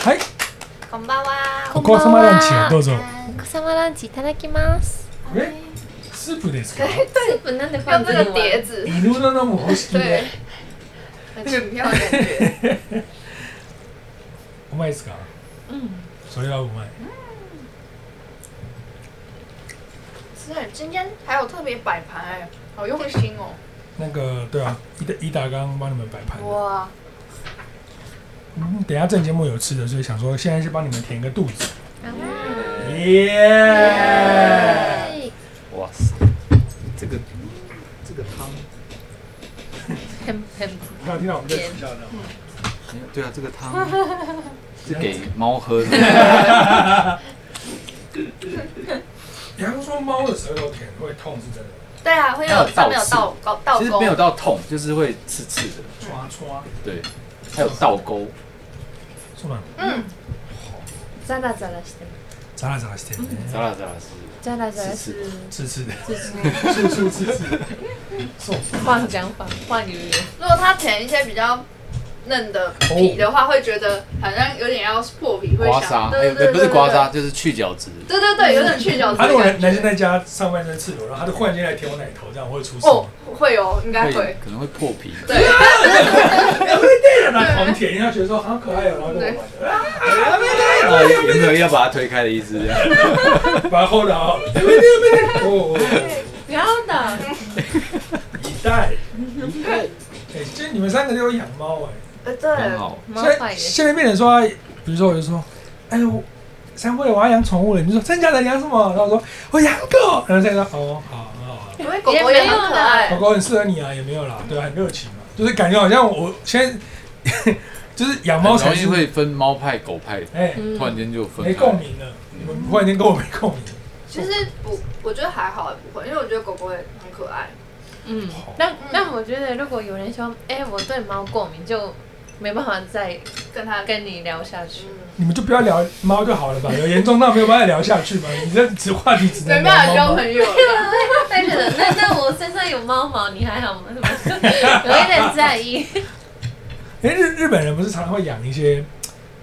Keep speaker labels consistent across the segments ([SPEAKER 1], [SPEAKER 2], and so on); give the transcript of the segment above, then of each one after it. [SPEAKER 1] はい
[SPEAKER 2] こんばんは。
[SPEAKER 1] お子様ランチをどうぞ
[SPEAKER 3] お子様ランチいただきます。
[SPEAKER 1] えスープですか
[SPEAKER 3] スープなんでフ
[SPEAKER 2] 要
[SPEAKER 3] ァン
[SPEAKER 2] 不
[SPEAKER 3] ズ
[SPEAKER 2] 然碟子。
[SPEAKER 1] 犬の那么好きで
[SPEAKER 2] 对，很漂亮的碟子。
[SPEAKER 1] うまいですかそれはうまい
[SPEAKER 2] 是，今天还有特别摆盘哎，好用心哦。
[SPEAKER 1] 那个对啊伊达伊达刚刚帮你们摆盘的
[SPEAKER 2] 哇，
[SPEAKER 1] 嗯等一下正节目有吃的所以想说现在是帮你们填个肚子
[SPEAKER 3] は
[SPEAKER 1] 耶
[SPEAKER 3] い
[SPEAKER 4] 哇塞，这个这个汤，
[SPEAKER 3] 很很
[SPEAKER 1] 你刚刚听到我们在取笑的吗
[SPEAKER 4] 哎对啊，这个汤 是给猫喝的。
[SPEAKER 1] 你刚说猫的舌头舔会痛是真的
[SPEAKER 2] 对啊，会有上面有倒倒倒
[SPEAKER 4] 其实没有
[SPEAKER 2] 钩，
[SPEAKER 4] 到痛，就是会刺刺的。
[SPEAKER 1] 刷刷
[SPEAKER 4] 对，还有倒钩，
[SPEAKER 1] そうなの
[SPEAKER 2] 嗯，
[SPEAKER 3] ザラザラしてま
[SPEAKER 1] ザラザラしてるね
[SPEAKER 4] 咋啦咋啦是。
[SPEAKER 3] す。ザラザラする。
[SPEAKER 1] 刺刺的
[SPEAKER 3] 就
[SPEAKER 1] 刺刺
[SPEAKER 3] 是
[SPEAKER 1] 刺刺そう
[SPEAKER 3] 换讲法，换语言。
[SPEAKER 2] 如果它舔一些比较嫩的皮的话，会觉得好像有点要破皮，会
[SPEAKER 4] 刮
[SPEAKER 2] 想
[SPEAKER 4] 痧，哎、
[SPEAKER 2] 对对对
[SPEAKER 4] 对，不是刮痧，
[SPEAKER 2] 对
[SPEAKER 4] 就是去角质。
[SPEAKER 2] 对对对，有点去角质
[SPEAKER 1] 啊，
[SPEAKER 2] 的
[SPEAKER 1] 如果男
[SPEAKER 2] 感
[SPEAKER 1] 男生
[SPEAKER 2] 觉。
[SPEAKER 1] 在家上半身赤裸，然后他就忽然间来舔我奶头，这样我会出事
[SPEAKER 2] 哦
[SPEAKER 1] 吗？，
[SPEAKER 2] 会哦，应该会
[SPEAKER 4] 会。可能会破皮，
[SPEAKER 2] 对，
[SPEAKER 1] 对拿头舔一下，觉得说好可爱哦，然后就我买的啊
[SPEAKER 4] 哦，有没有要把它推开的意思？
[SPEAKER 1] 把它 hold 好，别别别别，哦，
[SPEAKER 3] 不要的，
[SPEAKER 1] 一代
[SPEAKER 2] 嗯
[SPEAKER 1] 一代，哎，就你们三个都有养猫哎，
[SPEAKER 2] 呃
[SPEAKER 4] 很
[SPEAKER 2] 对，
[SPEAKER 4] 好，
[SPEAKER 3] 麻
[SPEAKER 1] 现
[SPEAKER 3] 烦
[SPEAKER 1] 在
[SPEAKER 3] 耶。
[SPEAKER 1] 现在变成说，比如说我就说，哎呦。三位，我要养宠物了。你就说真假的你养什么？然后我说我养狗。然后再说哦，好，很好啊。
[SPEAKER 2] 因为狗狗也很可
[SPEAKER 1] 狗
[SPEAKER 2] 爱。
[SPEAKER 1] 狗很适合你啊，也没有啦，对啊，很热情嘛。就是感觉好像我现在 就是养猫
[SPEAKER 4] 很
[SPEAKER 1] 才
[SPEAKER 4] 容易
[SPEAKER 1] 是
[SPEAKER 4] 会分猫派狗派，
[SPEAKER 1] 哎，
[SPEAKER 3] 嗯
[SPEAKER 4] 突然间就分
[SPEAKER 1] 没
[SPEAKER 4] 开
[SPEAKER 1] 共鸣了，你们忽然间跟我没共鸣。
[SPEAKER 2] 其实不，我觉得还好，不会，因为我觉得狗狗也很可爱。
[SPEAKER 3] 嗯，那那我觉得，如果有人说，哎，我对猫过敏，就没办法再
[SPEAKER 2] 跟它，
[SPEAKER 3] 跟你聊下去。
[SPEAKER 2] 嗯，
[SPEAKER 1] 你们就不要聊猫就好了吧？有严重到没有办法聊下去吗？ 你这只话题只能
[SPEAKER 2] 没
[SPEAKER 1] 聊
[SPEAKER 2] 办法
[SPEAKER 1] 猫
[SPEAKER 2] 交
[SPEAKER 1] 吗
[SPEAKER 2] 朋 友了。
[SPEAKER 3] 但是，那那我身上有猫毛，你还好吗？有一点在意。
[SPEAKER 1] 哎，日日本人不是常常会养一些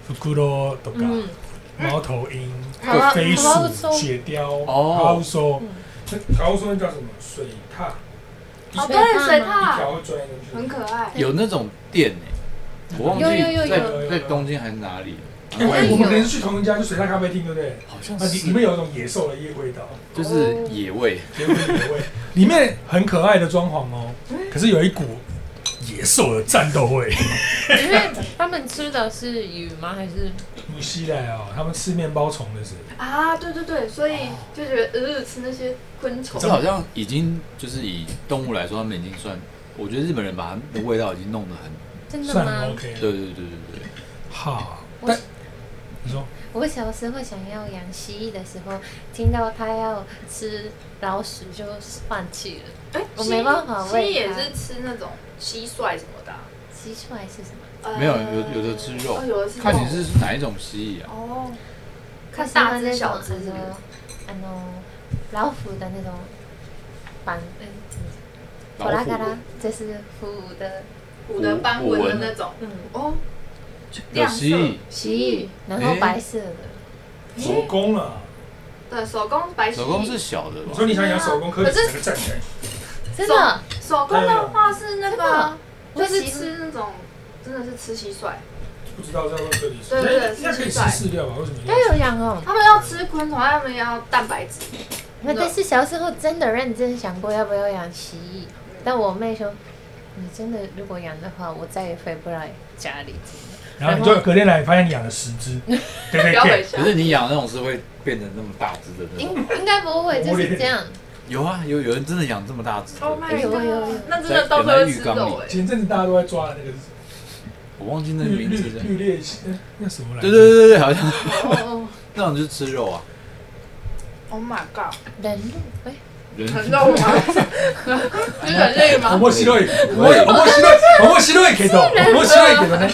[SPEAKER 1] f u k u r o と
[SPEAKER 3] 嗯
[SPEAKER 1] か，猫头鹰、
[SPEAKER 2] 好啊
[SPEAKER 1] 飞鼠
[SPEAKER 3] 猫头、
[SPEAKER 1] 雪貂、
[SPEAKER 4] 哦
[SPEAKER 1] 高收
[SPEAKER 3] 嗯，
[SPEAKER 1] 那高收那叫什么？水獭，
[SPEAKER 2] 哦，对，水
[SPEAKER 1] 一
[SPEAKER 2] 獭
[SPEAKER 1] 条会钻进去，
[SPEAKER 2] 很可爱。
[SPEAKER 4] 有那种店呢、我忘记
[SPEAKER 3] 有有有
[SPEAKER 1] 有
[SPEAKER 4] 在在东京还是哪里，
[SPEAKER 1] 哎
[SPEAKER 3] 我也
[SPEAKER 1] 我
[SPEAKER 3] 有
[SPEAKER 1] 们可能是去同一家，就水獭咖啡厅，对不对？
[SPEAKER 4] 好像
[SPEAKER 1] 那里里
[SPEAKER 4] 是
[SPEAKER 1] 面有一种野兽的夜 味道，
[SPEAKER 4] 就是野味，
[SPEAKER 1] 野味野味，里面很可爱的装潢哦，
[SPEAKER 2] 嗯
[SPEAKER 1] 可是有一股野兽的战斗味。
[SPEAKER 3] 因为他们吃的是鱼吗？还是
[SPEAKER 1] 不西来哦，他们吃面包虫的是，
[SPEAKER 2] 啊，对对对，所以就觉得呃吃那些昆虫
[SPEAKER 4] 这，好像已经就是以动物来说，他们已经算，我觉得日本人把它的味道已经弄得很，
[SPEAKER 3] 真的
[SPEAKER 1] 算很
[SPEAKER 3] 吗？
[SPEAKER 1] OK 了。
[SPEAKER 4] 对对对对对，
[SPEAKER 1] 好，
[SPEAKER 3] 我
[SPEAKER 1] 但你说
[SPEAKER 3] 我小时候想要养蜥蜴的时候，听到它要吃老鼠，就放弃了。
[SPEAKER 2] 哎
[SPEAKER 3] 我没办法
[SPEAKER 2] 蜥蜴
[SPEAKER 3] 喂
[SPEAKER 2] 也
[SPEAKER 3] 它
[SPEAKER 2] 是吃那种蟋蟀什么的啊，
[SPEAKER 3] 蟋蟀是什么？
[SPEAKER 2] 呃
[SPEAKER 4] 没有有有的吃肉
[SPEAKER 2] 哦有的吃肉，
[SPEAKER 4] 看你是哪一种蜥蜴啊，
[SPEAKER 2] 哦，看大只小只
[SPEAKER 3] 我喜
[SPEAKER 2] 是不
[SPEAKER 3] 欢那种
[SPEAKER 2] 是？
[SPEAKER 3] あの老虎的那种板，嗯，
[SPEAKER 4] 老
[SPEAKER 3] 嘎啦
[SPEAKER 4] 虎
[SPEAKER 3] 嘎啦，这是虎的，
[SPEAKER 2] 虎的斑纹的那种，
[SPEAKER 3] 嗯，
[SPEAKER 2] 哦，
[SPEAKER 4] 有
[SPEAKER 2] 亮色
[SPEAKER 4] 蜥蜴，
[SPEAKER 3] 蜥蜴，然后白色的，
[SPEAKER 1] 手工了，
[SPEAKER 2] 对，手工白蜥蜴
[SPEAKER 4] 手工是小的吧
[SPEAKER 1] 你？说你想养手工，可以
[SPEAKER 2] 可是
[SPEAKER 1] 整个站起来，
[SPEAKER 3] 真的，
[SPEAKER 2] 手工的话是那
[SPEAKER 3] 真的
[SPEAKER 2] 个，就是
[SPEAKER 3] 我喜欢
[SPEAKER 2] 吃那种真的是吃蟋蟀，
[SPEAKER 1] 不知道在问这里。
[SPEAKER 2] 对对对
[SPEAKER 1] 哎那可以吃饲料吧？为什么一定
[SPEAKER 3] 都
[SPEAKER 1] 要
[SPEAKER 3] 有养哦。
[SPEAKER 2] 他们要吃昆虫，他们也要蛋白质，
[SPEAKER 3] 那但是小时候真的认真想过要不要养蜥蜴，但我妹说，你真的如果养的话，我再也回不来家里。
[SPEAKER 1] 吃？然后你就隔天来发现你养了十只， 对
[SPEAKER 2] 不
[SPEAKER 1] 对
[SPEAKER 2] 要回
[SPEAKER 1] 对，
[SPEAKER 2] 家
[SPEAKER 4] 哎可。是你养那种是会变成那么大只的那
[SPEAKER 3] 应
[SPEAKER 4] 种，
[SPEAKER 3] 应该不会，就是这样。
[SPEAKER 4] 有啊，有有人真的养这么大只的，
[SPEAKER 2] Oh my
[SPEAKER 3] 有有有
[SPEAKER 2] god！那真
[SPEAKER 4] 在
[SPEAKER 2] 的到时候会吃肉哎、
[SPEAKER 1] 前阵子大家都在抓的那个
[SPEAKER 4] 我忘记那个
[SPEAKER 1] 绿
[SPEAKER 4] 名
[SPEAKER 1] 绿
[SPEAKER 4] 字了。
[SPEAKER 1] 绿鬣蜥，哎那什么来着？
[SPEAKER 4] 对对对对，好像
[SPEAKER 3] 哦哦，
[SPEAKER 4] 那种就是吃肉啊，
[SPEAKER 2] Oh my god！
[SPEAKER 3] 人肉哎，
[SPEAKER 4] 人
[SPEAKER 2] 很肉吗？你很累
[SPEAKER 1] 面
[SPEAKER 2] 吗？
[SPEAKER 1] 白い。面
[SPEAKER 4] 我也
[SPEAKER 1] 白い。面白いけど、面白いけどね。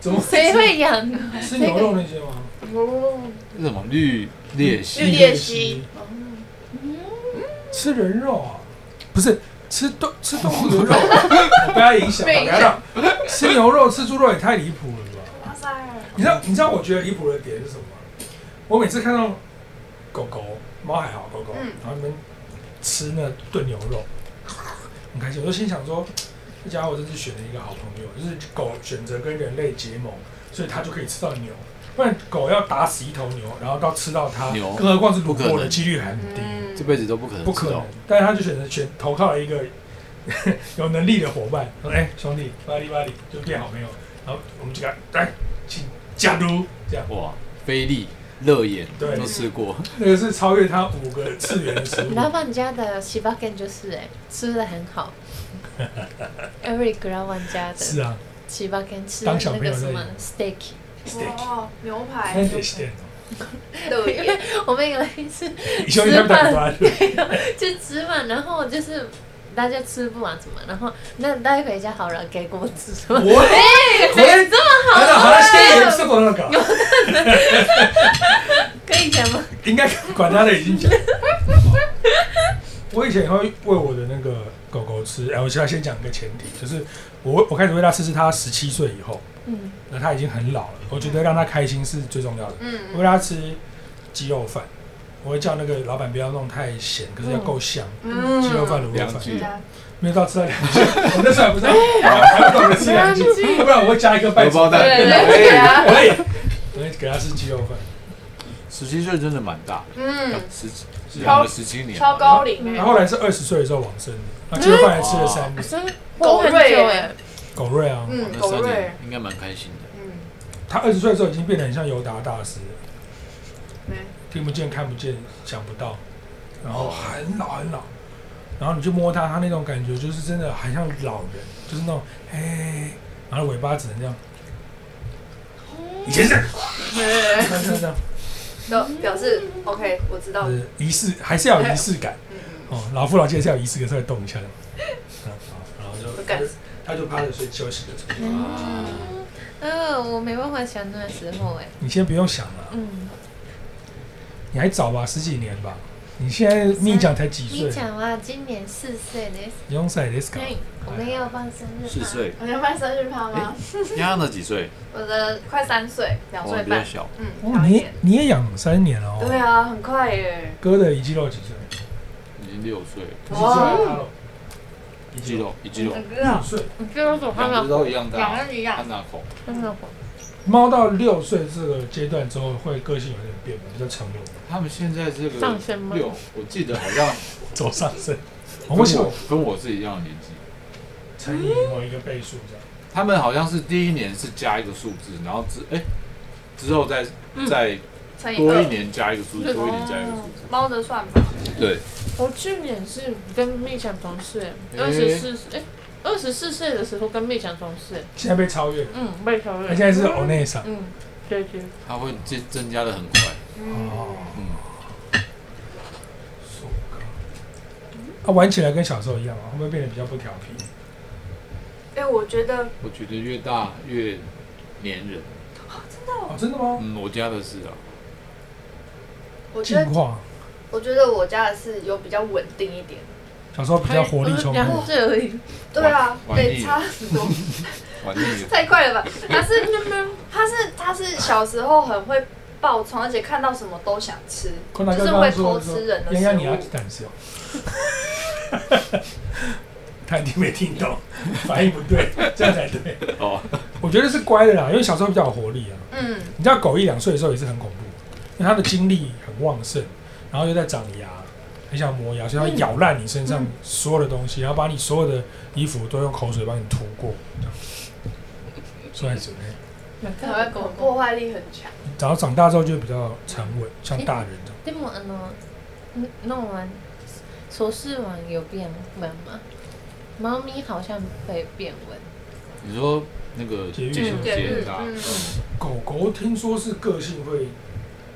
[SPEAKER 1] 怎么
[SPEAKER 3] 谁会养？啊
[SPEAKER 1] 吃牛肉那些吗？
[SPEAKER 2] 哦，
[SPEAKER 4] 是什么绿鬣蜥？
[SPEAKER 2] 绿鬣蜥，
[SPEAKER 1] 吃人肉啊？不是吃动吃动 物啊的肉，我被他影响了，不要让吃牛肉吃猪肉也太离谱了吧？
[SPEAKER 2] 哇塞！
[SPEAKER 1] 你知道，你知道我觉得离谱的点是什么吗？我每次看到狗狗、猫还好，狗狗，
[SPEAKER 2] 嗯
[SPEAKER 1] 然后你们吃那炖牛肉，很开心，我就心想说，这家伙真是选了一个好朋友，就是狗选择跟人类结盟，所以它就可以吃到牛。不然狗要打死一头牛，然后到吃到它，
[SPEAKER 4] 牛
[SPEAKER 1] 更何况是卤
[SPEAKER 4] 不可
[SPEAKER 1] 过的
[SPEAKER 4] 能
[SPEAKER 1] 几率还很低，
[SPEAKER 2] 嗯，
[SPEAKER 4] 这辈子都不可能
[SPEAKER 1] 不可
[SPEAKER 4] 知
[SPEAKER 1] 能
[SPEAKER 4] 道。。
[SPEAKER 1] 但是他就选择选投靠了一个 有能力的伙伴，说：“哎、兄弟，巴里巴里，就变好朋友。”然后我们就给他来，请加入这样。
[SPEAKER 4] 哇，菲力、乐眼
[SPEAKER 1] 对
[SPEAKER 4] 都吃过，
[SPEAKER 1] 那个是超越他五个次元的食物。
[SPEAKER 3] 老板家的洗发店就是哎、吃的很好。Eric 老板家
[SPEAKER 1] 是
[SPEAKER 3] 的
[SPEAKER 1] 啊，
[SPEAKER 3] 洗发店吃的
[SPEAKER 1] 当小
[SPEAKER 3] 那
[SPEAKER 1] 朋友
[SPEAKER 3] 个
[SPEAKER 1] 在
[SPEAKER 3] 什
[SPEAKER 1] 用
[SPEAKER 3] 么 steak，
[SPEAKER 1] steak，哎
[SPEAKER 2] 哇，牛
[SPEAKER 1] 那
[SPEAKER 2] 排，
[SPEAKER 1] 得 steak。
[SPEAKER 2] 乐
[SPEAKER 3] 因为
[SPEAKER 2] 眼，
[SPEAKER 3] 我们有一次
[SPEAKER 1] 你兄弟他们打发了，
[SPEAKER 3] 就吃饭，然后就是大家吃不完什么，然后那带回家好了，给锅吃。
[SPEAKER 1] 我哎， 这么好，好了，steak 也是我那个，
[SPEAKER 3] 可以讲吗？
[SPEAKER 1] 应该管他的已经讲。 我以前也会喂我的那个狗狗吃，哎，我现在先讲一个前提，就是我我开始喂它吃是它十七岁以后，
[SPEAKER 3] 嗯，
[SPEAKER 1] 那它已经很老了，我觉得让它开心是最重要的。
[SPEAKER 2] 嗯
[SPEAKER 1] 我喂，它吃鸡肉饭，我会叫那个老板不要弄太咸，可是要够香，
[SPEAKER 2] 嗯
[SPEAKER 1] 鸡肉饭、卤肉
[SPEAKER 4] 两
[SPEAKER 1] 饭。
[SPEAKER 4] 句
[SPEAKER 1] 没有到吃到两斤， 我那时候还不知道，还不懂得吃两斤，要不然我会加一个半
[SPEAKER 4] 荷包
[SPEAKER 1] 熟蛋。
[SPEAKER 4] 蛋。
[SPEAKER 2] 对
[SPEAKER 4] 哎
[SPEAKER 2] 对啊，
[SPEAKER 1] 我也，我也给他吃鸡肉饭。
[SPEAKER 4] 十七岁真的蛮大的，
[SPEAKER 2] 嗯，
[SPEAKER 4] 十七
[SPEAKER 2] 超
[SPEAKER 4] 养了十七年，
[SPEAKER 2] 超高龄
[SPEAKER 1] 然
[SPEAKER 2] 哎，
[SPEAKER 1] 后后来是二十岁的时候往生的，那鸡肉饭还吃了三年。
[SPEAKER 3] 真
[SPEAKER 2] 狗
[SPEAKER 3] 很久
[SPEAKER 2] 瑞
[SPEAKER 3] 哎、
[SPEAKER 2] 欸
[SPEAKER 1] 狗瑞啊，
[SPEAKER 4] 哇，
[SPEAKER 2] 嗯，
[SPEAKER 4] 那
[SPEAKER 2] 狗
[SPEAKER 4] 三
[SPEAKER 2] 瑞
[SPEAKER 4] 年，应该蛮开心的。
[SPEAKER 2] 嗯，
[SPEAKER 1] 他二十岁的时候已经变得很像尤达大师了，
[SPEAKER 2] 没，
[SPEAKER 1] 听不见、看不见、想不到，然后很老很老。然后你去摸它，它那种感觉就是真的很像老人，就是那种哎，然后尾巴只能这样，以前是这样
[SPEAKER 2] 对
[SPEAKER 1] 这样这样这样，
[SPEAKER 2] 都表示 OK，我知道
[SPEAKER 1] 就，是仪式还是要有仪式感。
[SPEAKER 2] 嗯，
[SPEAKER 1] 哦，老夫老妻还是要有仪式感，稍微动一下的。嗯，好，然后就
[SPEAKER 2] 我感
[SPEAKER 1] 他就趴着睡休息了。
[SPEAKER 4] 啊，
[SPEAKER 3] 呃，我没办法想那时候哎、
[SPEAKER 1] 你先不用想了，
[SPEAKER 3] 嗯，
[SPEAKER 1] 你还早吧，十几年吧。你现在蜜酱才几
[SPEAKER 3] 你
[SPEAKER 1] 岁？
[SPEAKER 3] 讲啊，今年四岁的，
[SPEAKER 1] 你用赛雷斯卡？
[SPEAKER 3] 我
[SPEAKER 1] 哎
[SPEAKER 3] 们要办生
[SPEAKER 2] 嗯
[SPEAKER 3] 日，
[SPEAKER 4] 四， 岁，
[SPEAKER 2] 我要办生日趴吗？
[SPEAKER 4] 丫呢几岁？
[SPEAKER 2] 我的快三岁，两
[SPEAKER 4] 我
[SPEAKER 2] 岁
[SPEAKER 4] 比较
[SPEAKER 2] 半，
[SPEAKER 4] 小，
[SPEAKER 2] 嗯，
[SPEAKER 1] 哦，
[SPEAKER 2] 两
[SPEAKER 1] 你
[SPEAKER 2] 年，
[SPEAKER 1] 你也养三年了哦。
[SPEAKER 2] 对。啊，很快耶，
[SPEAKER 1] 哥的一肌肉几岁？
[SPEAKER 4] 已经六岁，
[SPEAKER 1] 你是知道他了。一
[SPEAKER 4] 一肌肉，一肌肉，
[SPEAKER 2] 哥
[SPEAKER 1] 六岁，
[SPEAKER 3] 你不要走
[SPEAKER 4] 两只都一样大，
[SPEAKER 2] 人一
[SPEAKER 4] 看，那口。
[SPEAKER 3] 真的
[SPEAKER 1] 猫到六岁这个阶段之后，会个性有点变，比较成熟，
[SPEAKER 4] 他们现在这
[SPEAKER 3] 上
[SPEAKER 4] 个
[SPEAKER 3] 升吗？
[SPEAKER 4] 六，我记得好像
[SPEAKER 1] 走上升。
[SPEAKER 4] 跟
[SPEAKER 1] 我喜欢
[SPEAKER 4] 我跟我是一样的年纪。
[SPEAKER 1] 乘以某一个倍数这样。
[SPEAKER 4] 他们好像是第一年是加一个数字，然后之哎、之后再
[SPEAKER 3] 嗯
[SPEAKER 4] 再
[SPEAKER 2] 乘以
[SPEAKER 4] 多一
[SPEAKER 2] 二，嗯
[SPEAKER 4] 年加一个数字，
[SPEAKER 3] 对
[SPEAKER 4] 多一年加一个数字。
[SPEAKER 2] 猫的算法，
[SPEAKER 4] 对，
[SPEAKER 3] 我哦去年是跟蜜强同事，
[SPEAKER 4] 诶
[SPEAKER 3] 二十四岁，哎、二十四岁的时候跟蜜强同事，
[SPEAKER 1] 现在被超越了，
[SPEAKER 3] 嗯，被承
[SPEAKER 1] 他
[SPEAKER 3] 认。
[SPEAKER 1] 现在是哦欧内桑。
[SPEAKER 3] 嗯，对对，
[SPEAKER 4] 它会增增加的很快。
[SPEAKER 2] 嗯，
[SPEAKER 1] 哦。
[SPEAKER 4] 嗯，
[SPEAKER 1] 手铐啊，玩起来跟小时候一样啊，会不会变得比较不调皮？
[SPEAKER 2] 哎，我觉得
[SPEAKER 4] 我觉得越大越粘人。
[SPEAKER 1] 哦，真的吗？
[SPEAKER 4] 嗯，我家的是啊，
[SPEAKER 2] 我觉
[SPEAKER 1] 进
[SPEAKER 2] 得，
[SPEAKER 1] 化，
[SPEAKER 2] 我觉得我家的是有比较稳定一点。
[SPEAKER 1] 小时候比较活力充
[SPEAKER 3] 两
[SPEAKER 1] 沛。
[SPEAKER 3] 岁而已，
[SPEAKER 2] 对啊，
[SPEAKER 4] 玩
[SPEAKER 2] 对，
[SPEAKER 4] 腻了
[SPEAKER 2] 差很多，
[SPEAKER 4] 玩腻 了。
[SPEAKER 2] 太快了吧？他是，他是，他是小时候很会爆冲，而且看到什么都想吃。
[SPEAKER 1] 坤达哥
[SPEAKER 2] 就是
[SPEAKER 1] 刚刚
[SPEAKER 2] 会
[SPEAKER 1] 说
[SPEAKER 2] 偷吃人的
[SPEAKER 1] 说
[SPEAKER 2] 食
[SPEAKER 1] 鸯鸯
[SPEAKER 2] 物
[SPEAKER 1] 你要胆小。 他一定没听懂，反应不对，这样才对。
[SPEAKER 4] 哦，
[SPEAKER 1] 我觉得是乖的啦，因为小时候比较有活力啊。
[SPEAKER 2] 嗯，
[SPEAKER 1] 你知道狗一两岁的时候也是很恐怖，因为它的精力很旺盛，然后又在长牙，很想磨牙，所以它会咬烂你身上
[SPEAKER 2] 嗯
[SPEAKER 1] 所有的东西，然后把你所有的衣服都用口水帮你涂过，
[SPEAKER 2] 嗯
[SPEAKER 1] 这样所以很准备。
[SPEAKER 2] 台湾狗破坏力很强。
[SPEAKER 1] 然后长大之后就比较沉稳，像大人这样。
[SPEAKER 3] でもあのん弄完手势完有变稳吗？猫咪好像会变稳，
[SPEAKER 4] 你说那个
[SPEAKER 1] 节育
[SPEAKER 4] 节啊育
[SPEAKER 2] 节育
[SPEAKER 4] 节育大，
[SPEAKER 2] 嗯
[SPEAKER 4] 嗯
[SPEAKER 1] 狗狗听说是个性会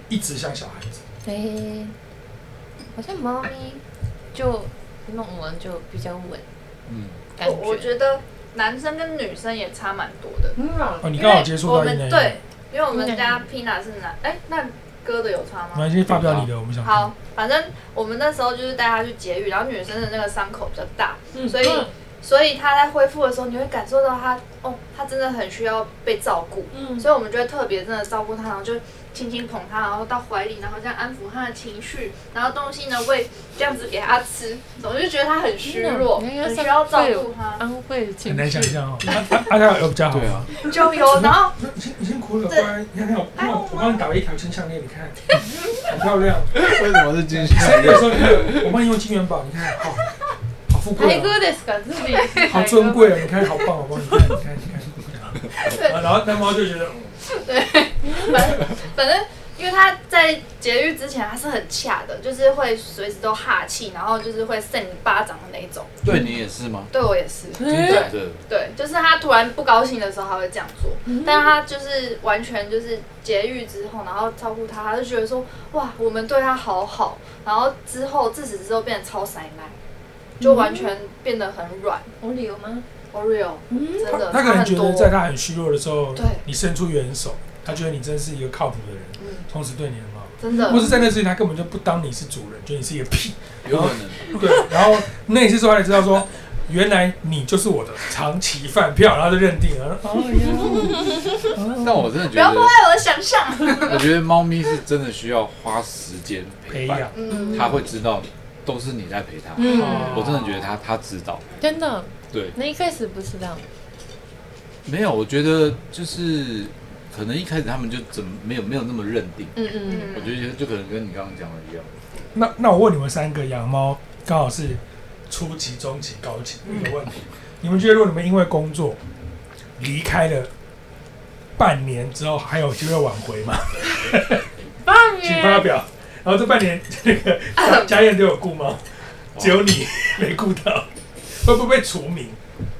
[SPEAKER 1] 一直像小孩子，
[SPEAKER 3] 诶、好像猫咪就弄完就比较稳，
[SPEAKER 4] 嗯，
[SPEAKER 3] 感
[SPEAKER 2] 我我觉得男生跟女生也差蛮多的。
[SPEAKER 3] 嗯啊
[SPEAKER 1] 哦，你
[SPEAKER 2] 因
[SPEAKER 1] 刚好
[SPEAKER 2] 为
[SPEAKER 1] 接触到
[SPEAKER 2] 我
[SPEAKER 1] 一男
[SPEAKER 2] 们
[SPEAKER 1] 一
[SPEAKER 2] 对
[SPEAKER 1] 女，，
[SPEAKER 2] 因为我们家 Pina 是男，哎，那哥的有差
[SPEAKER 1] 没
[SPEAKER 2] 吗？
[SPEAKER 1] 关系，发表你的，我们想听。
[SPEAKER 2] 好，反正我们那时候就是带他去节育，然后女生的那个伤口比较大，
[SPEAKER 3] 嗯
[SPEAKER 2] 所以
[SPEAKER 3] 嗯
[SPEAKER 2] 所以它在恢复的时候，你会感受到它哦，它真的很需要被照顾。
[SPEAKER 5] 嗯，
[SPEAKER 2] 所以我们就会特别真的照顾他，然后就轻轻捧他，然后到怀里，然后这样安抚他的情绪，然后东西呢喂这样子给他吃，我就觉得他很虚弱，
[SPEAKER 3] 嗯
[SPEAKER 2] 很需要照顾他，
[SPEAKER 3] 安慰情
[SPEAKER 1] 很难想
[SPEAKER 3] 绪，
[SPEAKER 1] 象哦。啊啊，他有比较好
[SPEAKER 4] 对。啊，
[SPEAKER 2] 就有，然后
[SPEAKER 1] 那辛辛苦了，
[SPEAKER 2] 对
[SPEAKER 1] 乖。你看看我，
[SPEAKER 2] 哎
[SPEAKER 1] 我我帮你打了一条金项链，你 看，很漂 亮。
[SPEAKER 4] 为什么是金星？
[SPEAKER 1] 生日的时候，你看，我帮你用金元宝，你看，好，好富贵
[SPEAKER 3] 台
[SPEAKER 1] 哦，
[SPEAKER 3] 哥的斯卡自己，
[SPEAKER 1] 好尊贵哦，你看，好棒，我帮你看，你看，你
[SPEAKER 2] 对
[SPEAKER 1] 看。啊然后那猫就觉得，
[SPEAKER 2] 反正因为他在节育之前他是很恰的，就是会随时都哈气，然后就是会扇你巴掌的那一种。
[SPEAKER 4] 对你也是吗？
[SPEAKER 2] 对我也是，
[SPEAKER 4] 真的假的？
[SPEAKER 2] 对，就是他突然不高兴的时候，他会这样做。但他就是完全就是节育之后，然后照顾他，他就觉得说，哇，我们对他好好。然后之后自此之后变得超塞奶，就完全变得很软。
[SPEAKER 3] 无理由吗？
[SPEAKER 2] Oreo
[SPEAKER 5] 嗯
[SPEAKER 2] 真
[SPEAKER 1] 他
[SPEAKER 2] 的
[SPEAKER 1] 他可能
[SPEAKER 2] 很
[SPEAKER 1] 觉
[SPEAKER 2] 多
[SPEAKER 1] 得，在他很虚弱的时候，
[SPEAKER 2] 对
[SPEAKER 1] 你伸出援手，他觉得你真是一个靠谱的人，
[SPEAKER 2] 嗯，
[SPEAKER 1] 同时对你很好。
[SPEAKER 2] 真的
[SPEAKER 1] 或，是在那之前，他根本就不当你是主人，觉得你是一个屁。
[SPEAKER 4] 有可能。
[SPEAKER 1] 对， 然后那一次之后，他才知道说，原来你就是我的长期饭票，然后就认定了。哦
[SPEAKER 4] 但我真的
[SPEAKER 2] 不要
[SPEAKER 4] 觉
[SPEAKER 2] 破
[SPEAKER 4] 得，
[SPEAKER 2] 坏我的想象。
[SPEAKER 4] 我觉得猫咪是真的需要花时间
[SPEAKER 1] 培
[SPEAKER 4] 陪伴
[SPEAKER 1] 养，。
[SPEAKER 2] 嗯，
[SPEAKER 4] 它会知道都是你在陪它。
[SPEAKER 3] 嗯，
[SPEAKER 4] 我真的觉得它它知道。
[SPEAKER 3] 真的，
[SPEAKER 4] 对，
[SPEAKER 3] 那一开始不知道，
[SPEAKER 4] 没有，我觉得就是可能一开始他们就怎么没有没有那么认定。
[SPEAKER 3] 嗯
[SPEAKER 2] 嗯
[SPEAKER 4] 我觉得就可能跟你刚刚讲的一样，
[SPEAKER 1] 那那我问你们三个，养猫刚好是初级、中级、高级一
[SPEAKER 3] 嗯
[SPEAKER 1] 个问题，你们觉得如果你们因为工作离开了半年之后，还有机会挽回吗？
[SPEAKER 3] 半
[SPEAKER 1] 请发
[SPEAKER 3] 年，啊
[SPEAKER 1] 表。然后这半年，那 个家家燕都有顾猫，只有
[SPEAKER 3] 哦
[SPEAKER 1] 你 没顾到，会不会被除名？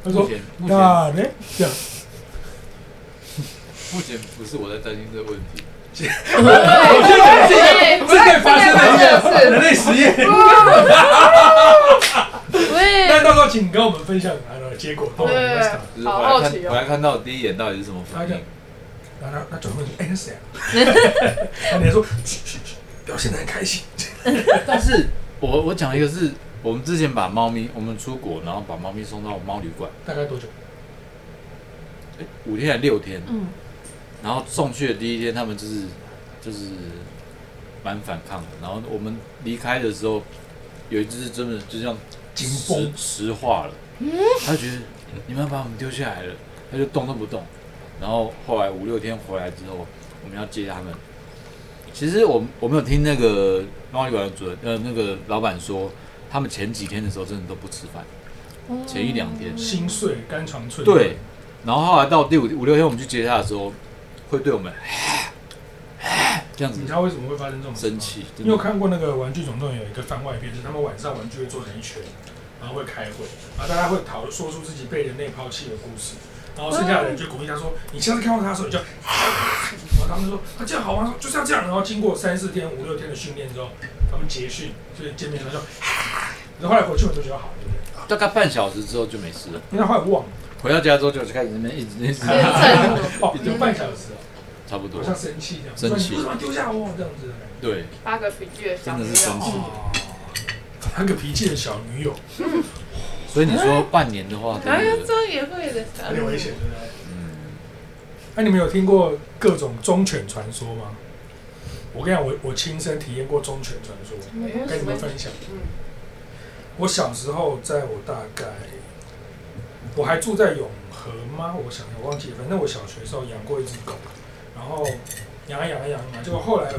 [SPEAKER 1] 他
[SPEAKER 4] 目
[SPEAKER 1] 说
[SPEAKER 4] 前目前
[SPEAKER 1] 那呢？这样
[SPEAKER 4] 目前不是我在担心这个问题，
[SPEAKER 1] 我觉得这
[SPEAKER 3] 对
[SPEAKER 1] 个这可以发生的一
[SPEAKER 3] 这可以
[SPEAKER 1] 个
[SPEAKER 3] 发生的是
[SPEAKER 1] 人类实验。那
[SPEAKER 3] 喂，
[SPEAKER 1] 到时候请跟我们分享啊结果。跟我们分享
[SPEAKER 4] 就是
[SPEAKER 2] 好好
[SPEAKER 4] 回来看
[SPEAKER 2] 奇哦
[SPEAKER 4] 回来看到第一眼到底是什么反应。
[SPEAKER 1] 然后他他转过去，哎、那是谁啊？ 然后你还说，嘘嘘嘘，表现的很开心。
[SPEAKER 4] 但是我我讲一个是我们之前把猫咪，我们出国然后把猫咪送到猫旅馆，
[SPEAKER 1] 大概多久？
[SPEAKER 4] 诶五天还六天，
[SPEAKER 3] 嗯，
[SPEAKER 4] 然后送去的第一天，他们就是就是蛮反抗的。然后我们离开的时候，有一只是真的就这样
[SPEAKER 1] 紧
[SPEAKER 4] 石
[SPEAKER 1] 绷
[SPEAKER 4] 石化了，他觉得你们要把我们丢下来了，他就动都不动。然后后来五六天回来之后，我们要接他们。其实我我没有听那个猫旅馆的主人呃那个老板说，他们前几天的时候真的都不吃饭，前一两天
[SPEAKER 1] 心碎，肝肠寸断。
[SPEAKER 4] 对，，然后后来到第五五六天我们去接他的时候，会对我们 这样子
[SPEAKER 1] 你知道为什么会发生这种事吗
[SPEAKER 4] 生？气。真
[SPEAKER 1] 你有
[SPEAKER 4] 的
[SPEAKER 1] 看过那个《玩具总动员》有一个番外篇，是他们晚上玩具会做成一圈，然后会开会，然后大家会讨说出自己被人类抛弃的故事，然后剩下的人就鼓励他说：“你下次看到他的时候，你就。”然后他们说：“啊，这样好玩，说就是要这样。”然后经过三四天、五六天的训练之后，他们结训，就是见面的时候就。然后后来回去我就觉得好，对不对？
[SPEAKER 4] 大概半小时之后就没事了，
[SPEAKER 1] 因为他后来忘了，
[SPEAKER 4] 回到家之后就开始那边一直一直
[SPEAKER 1] 哦，有半小时哦，
[SPEAKER 4] 差不多
[SPEAKER 1] 好，像生气这样，
[SPEAKER 4] 生
[SPEAKER 1] 说
[SPEAKER 4] 气
[SPEAKER 1] 你为什么丢下我这样子的感觉？
[SPEAKER 4] 对，
[SPEAKER 2] 发个脾气的小
[SPEAKER 4] 真
[SPEAKER 2] 女
[SPEAKER 4] 的是生
[SPEAKER 2] 友，
[SPEAKER 4] 气。
[SPEAKER 1] 哦，那个脾气的小女友
[SPEAKER 4] 所以你说半年的话，
[SPEAKER 3] 还有
[SPEAKER 4] 对不对？
[SPEAKER 3] 这也会的，
[SPEAKER 1] 有点危险，对不对？
[SPEAKER 4] 嗯，
[SPEAKER 1] 那、你们有听过各种忠犬传说吗？我跟你讲，我我亲身体验过忠犬传说，跟你们分享。
[SPEAKER 2] 嗯
[SPEAKER 1] 我小时候，在我大概我还住在永和吗？我想我忘记了，反正我小学的时候养过一只狗，然后养啊养啊养啊，结果后来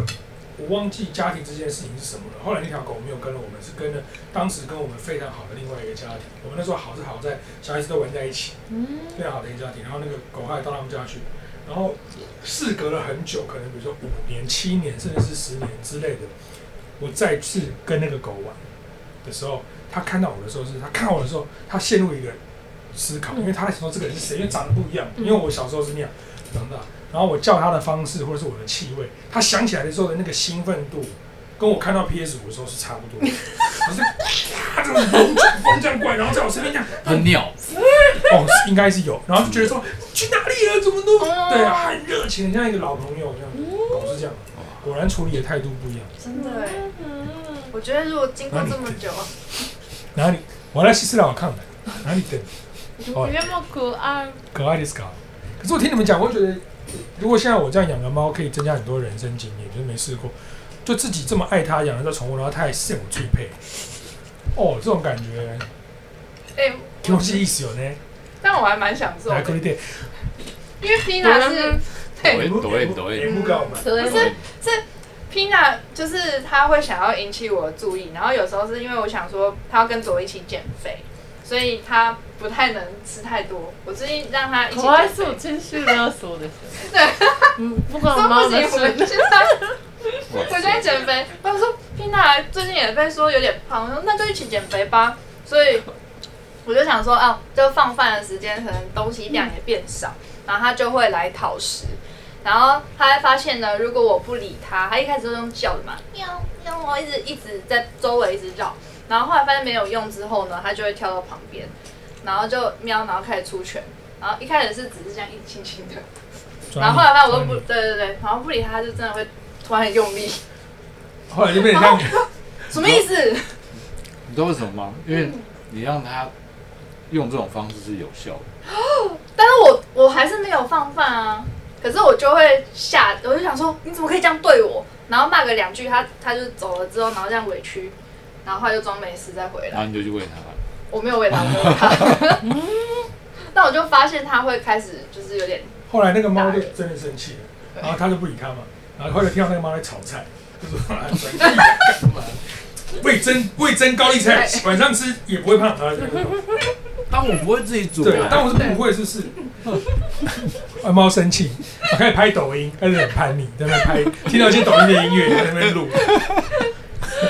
[SPEAKER 1] 我忘记家庭这件事情是什么了。后来那条狗没有跟了我们，是跟了当时跟我们非常好的另外一个家庭。我们那时候好是好在小孩子都玩在一起，
[SPEAKER 3] 嗯，
[SPEAKER 1] 非常好的一个家庭，然后那个狗还到他们家去，然后事隔了很久，可能比如说五年、七年，甚至是十年之类的，我再次跟那个狗玩的时候，它看到我的时候是，它看到我的时候，它陷入一个思考，
[SPEAKER 3] 嗯
[SPEAKER 1] 因为它在想说这个人是谁，因为长得不一样，
[SPEAKER 3] 嗯
[SPEAKER 1] 因为我小时候是那样长大，然后我叫它的方式或者是我的气味，它想起来的时候的那个兴奋度。跟我看到 PS 五的时候是差不多 的，我是啪这样子风这样怪，然后在我身边这样
[SPEAKER 4] 喷尿，
[SPEAKER 1] 哦，是应该是有，然后就觉得说去哪里了，怎么都对啊，很热情，很像一个老朋友这样，
[SPEAKER 3] 嗯
[SPEAKER 1] 狗是这样，果然处理的态度不一样。
[SPEAKER 2] 真的欸。我觉得如果经过这么久，
[SPEAKER 1] 然后你，我来西斯兰我看的，哪里等？哦
[SPEAKER 5] 你那么可爱，
[SPEAKER 1] 可爱的 scar。可是我听你们讲，我会觉得如果现在我这样养个猫，可以增加很多人生经验，就是没试过，就自己这么爱它，养了这宠物，然后它还是我最配。哦，这种感觉，
[SPEAKER 2] 哎、
[SPEAKER 1] 気持ちいいっすよね。
[SPEAKER 2] 但我还蛮享受
[SPEAKER 1] 来，
[SPEAKER 2] 的
[SPEAKER 1] こ，れで。
[SPEAKER 2] 因为 Pina 是对
[SPEAKER 4] 抖音抖音
[SPEAKER 1] 不搞嘛。
[SPEAKER 4] 哎
[SPEAKER 3] 所以
[SPEAKER 2] 不是 Pina，就是他会想要引起我的注意，然后有时候是因为我想说他要跟着我一起减肥，所以他不太能吃太多。我最近让他一起
[SPEAKER 5] 可爱
[SPEAKER 2] 减
[SPEAKER 5] 是我
[SPEAKER 2] 肥，
[SPEAKER 5] 情绪勒索的人。
[SPEAKER 2] 对，
[SPEAKER 5] 嗯，不管我
[SPEAKER 2] 说
[SPEAKER 5] 妈
[SPEAKER 2] 不
[SPEAKER 5] 妈
[SPEAKER 2] 行，我
[SPEAKER 5] 是
[SPEAKER 2] 们现在。
[SPEAKER 4] 哇
[SPEAKER 2] 我就在减肥。他说 Pina 最近也被说有点胖，我说那就一起减肥吧。所以我就想说，啊，就放饭的时间可能东西量也变少，然后他就会来讨食。然后他还发现呢，如果我不理他，他一开始都用叫的嘛，喵喵，我一直一直在周围一直绕。然后后来发现没有用之后呢，他就会跳到旁边，然后就喵，然后开始出拳。然后一开始是只是这样一轻轻的，然后后来发现我都不，对对对，然后不理他，他就真的会突然很用力。
[SPEAKER 1] 后来就变成这样。
[SPEAKER 2] 什么意思？
[SPEAKER 4] 你知道为什么吗？因为你让他用这种方式是有效的。
[SPEAKER 2] 但是我我还是没有放饭啊。可是我就会吓，我就想说你怎么可以这样对我？然后骂个两句，他他就走了之后，然后这样委屈，然后后来就装没事再回
[SPEAKER 4] 然
[SPEAKER 2] 来。
[SPEAKER 4] 后你就去喂他，
[SPEAKER 2] 我没有喂他，我没有喂他。 但我就发现他会开始就是有点，
[SPEAKER 1] 后来那个猫就真的生气了，然后他就不理他嘛，然后后来听到那个猫在炒菜，就说啊，转屁啊干嘛？味增味增高丽菜，晚上吃也不会胖。然后就
[SPEAKER 4] 但我不会自己煮
[SPEAKER 1] 对，但
[SPEAKER 4] 啊，
[SPEAKER 1] 我是不会是是。啊猫生气，我开始拍抖音，开始很叛逆，在那边拍，听到一些抖音的音乐，在那边录，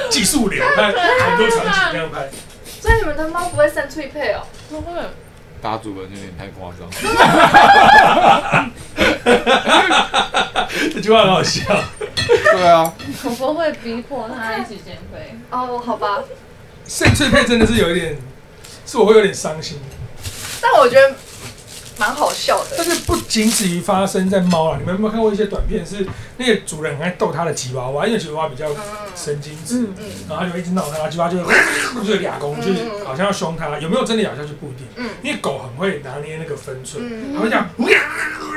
[SPEAKER 1] 技术流，他很多场景这样拍。
[SPEAKER 2] 所以你们的猫不会生脆配哦。
[SPEAKER 5] 不会，
[SPEAKER 4] 打主人有点太夸张。
[SPEAKER 1] 这句话很好笑。
[SPEAKER 4] 对啊，
[SPEAKER 5] 我不会逼迫他一起减肥。
[SPEAKER 2] 哦，好吧。
[SPEAKER 1] 剩翠佩真的是有一点，是我会有点伤心。
[SPEAKER 2] 但我觉得蛮好笑的
[SPEAKER 1] 但。是不仅止于发生在猫啊，你们有没有看过一些短片？是那个主人很爱逗他的吉娃娃，因为吉娃娃比较神经质，
[SPEAKER 3] 嗯
[SPEAKER 2] 嗯
[SPEAKER 1] 然后他就一直闹他，然后吉娃娃就就是俩公，就是好像要凶他，有没有真的咬下去不一定，
[SPEAKER 2] 嗯
[SPEAKER 1] 因为狗很会拿捏那个分寸，
[SPEAKER 2] 嗯
[SPEAKER 1] 它会这样，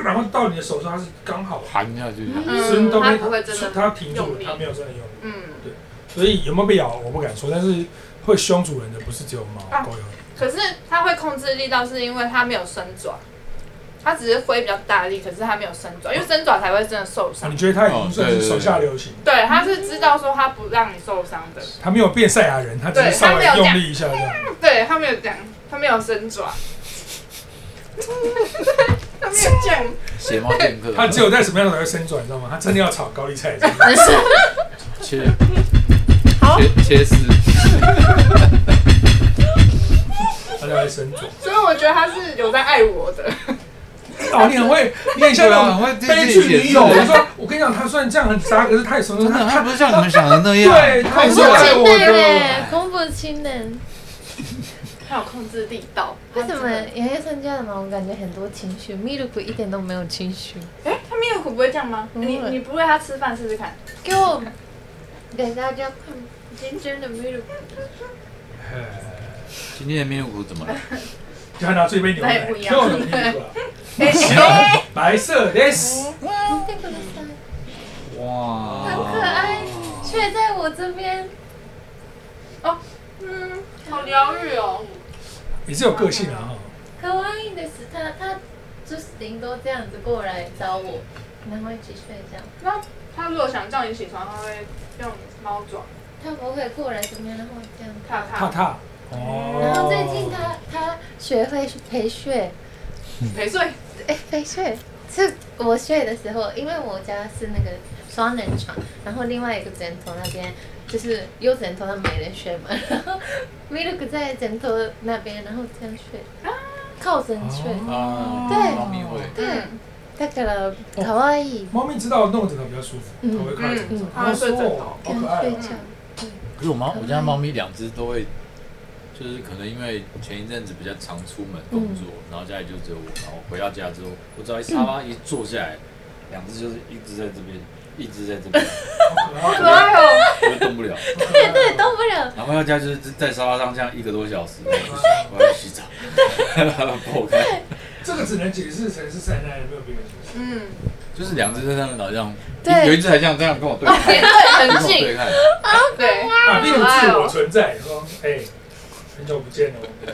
[SPEAKER 1] 然后到你的手上它是刚好啊
[SPEAKER 4] 含下去，
[SPEAKER 1] 伸
[SPEAKER 2] 嗯，
[SPEAKER 1] 到
[SPEAKER 2] 它
[SPEAKER 1] 那，
[SPEAKER 2] 不会真的。
[SPEAKER 1] 它停住
[SPEAKER 2] 用
[SPEAKER 1] 了，
[SPEAKER 2] 力
[SPEAKER 1] 它没有真的用力，
[SPEAKER 2] 嗯。
[SPEAKER 1] 所以有没有被咬我不敢说，但是会凶主人的不是只有猫，
[SPEAKER 2] 啊
[SPEAKER 1] 狗也会。
[SPEAKER 2] 可是它会控制力道，是因为它没有伸爪，它只是挥比较大力，可是它没有伸爪，因为伸爪才会真的受
[SPEAKER 1] 啊
[SPEAKER 2] 伤
[SPEAKER 1] 你。觉得它已经
[SPEAKER 4] 哦
[SPEAKER 1] 算
[SPEAKER 4] 对
[SPEAKER 1] 是
[SPEAKER 4] 对对
[SPEAKER 1] 手下留情？
[SPEAKER 2] 对，它是知道说它不让你受伤的，
[SPEAKER 1] 它没有变赛亚人，它只是
[SPEAKER 2] 对
[SPEAKER 1] 稍
[SPEAKER 2] 它
[SPEAKER 1] 微
[SPEAKER 2] 没有这
[SPEAKER 1] 用
[SPEAKER 2] 样
[SPEAKER 1] 力一下这样。
[SPEAKER 2] 对，它没有这样，它没有伸爪， 它没有这样，
[SPEAKER 4] 邪猫剑客，
[SPEAKER 1] 他只有在什么样的时候会伸转，你知道吗？他真的要炒高丽菜，真的
[SPEAKER 4] 切，切切 丝，
[SPEAKER 1] 他就会伸 转。
[SPEAKER 2] 所以我觉得它是有在爱我的。
[SPEAKER 1] 哦，你很会，你很像那
[SPEAKER 4] 对啊我会
[SPEAKER 1] 种
[SPEAKER 4] 自己
[SPEAKER 1] 悲剧女友。
[SPEAKER 4] 解释
[SPEAKER 1] 我说，我跟你讲，他虽然这样很渣，可是他也什么都
[SPEAKER 4] 真的，他
[SPEAKER 1] 他
[SPEAKER 4] 不是像你们想的那样。
[SPEAKER 1] 对，他也是
[SPEAKER 3] 恐怖
[SPEAKER 1] 爱
[SPEAKER 3] 情
[SPEAKER 1] 我
[SPEAKER 3] 人嘞
[SPEAKER 1] 的。，
[SPEAKER 3] 恐怖情人，
[SPEAKER 2] 它有控制力道，它
[SPEAKER 3] 为什么
[SPEAKER 2] 真的？
[SPEAKER 3] 洋洋参加了嘛？我感觉很多情绪，Milk 一点都没有情绪。
[SPEAKER 2] 哎，它没有苦不会这样吗？
[SPEAKER 3] 不会
[SPEAKER 2] 你你不喂它吃饭试试 看。
[SPEAKER 3] 给我给大家看今天的 Milk，
[SPEAKER 4] 今天的面糊怎么了？
[SPEAKER 1] 呃就他拿出一杯牛奶，
[SPEAKER 2] 那也不一样
[SPEAKER 1] 又有一个
[SPEAKER 2] 哎
[SPEAKER 1] 行，白 色
[SPEAKER 2] 嗯
[SPEAKER 1] this，
[SPEAKER 3] 这个的伞
[SPEAKER 4] 哇，
[SPEAKER 3] 很可爱，却在我这边。
[SPEAKER 2] 嗯，好疗愈哦。
[SPEAKER 1] 也是有个性啊哈。
[SPEAKER 3] 可爱的是他，他就是顶多这样子过来找我，然后一起睡觉。
[SPEAKER 2] 那它如果想叫你起床，它会用猫爪
[SPEAKER 3] 他不会过来这边，然后这样。
[SPEAKER 2] 踏踏。
[SPEAKER 1] 踏踏。
[SPEAKER 2] 嗯
[SPEAKER 3] 然
[SPEAKER 1] 哦
[SPEAKER 3] 后最近他他学会陪睡，
[SPEAKER 2] 陪睡，
[SPEAKER 3] 哎，陪睡是我睡的时候，因为我家是那个双人床，然后另外一个枕头那边就是有枕头，他没人睡嘛，然后 Milk 在枕头那边，然后这样睡，靠枕睡。
[SPEAKER 1] 哦
[SPEAKER 4] 啊，
[SPEAKER 3] 对
[SPEAKER 4] 猫咪会。
[SPEAKER 3] 对
[SPEAKER 2] 嗯，
[SPEAKER 3] だから可爱い。
[SPEAKER 1] 猫咪知道弄枕头比较舒服，它会靠枕头
[SPEAKER 3] 嗯，
[SPEAKER 2] 它会睡枕头
[SPEAKER 1] 哦好可爱
[SPEAKER 3] 睡
[SPEAKER 1] 哦。
[SPEAKER 3] 觉。
[SPEAKER 4] 可是我猫，
[SPEAKER 3] 可爱
[SPEAKER 4] 我家猫咪两只都会，就是可能因为前一阵子比较常出门工作，然后家里就只有我，然后回到家之后，我只要一沙发一坐下来，两只就是一直在这边，一直在这边，
[SPEAKER 1] 好可爱啊
[SPEAKER 2] 可爱哦，
[SPEAKER 4] 我就动不了。
[SPEAKER 1] 嗯
[SPEAKER 3] 对对，动不了。
[SPEAKER 4] 然后要加就是在沙发上这样一个多小时，我要去洗澡， 破开，
[SPEAKER 1] 这个只能解释成是塞奈，没有别的解释。
[SPEAKER 2] 嗯，
[SPEAKER 4] 就是两只在上面好像，
[SPEAKER 3] 对
[SPEAKER 4] 有一只还这样这样跟我对看，
[SPEAKER 2] 哦也对，
[SPEAKER 4] 跟
[SPEAKER 2] 很
[SPEAKER 4] 我
[SPEAKER 2] 近，
[SPEAKER 4] 对看，
[SPEAKER 2] 嗯对，
[SPEAKER 1] 啊，例如
[SPEAKER 2] 可爱
[SPEAKER 1] 自
[SPEAKER 2] 哦
[SPEAKER 1] 我存在，说哎，很久不见了，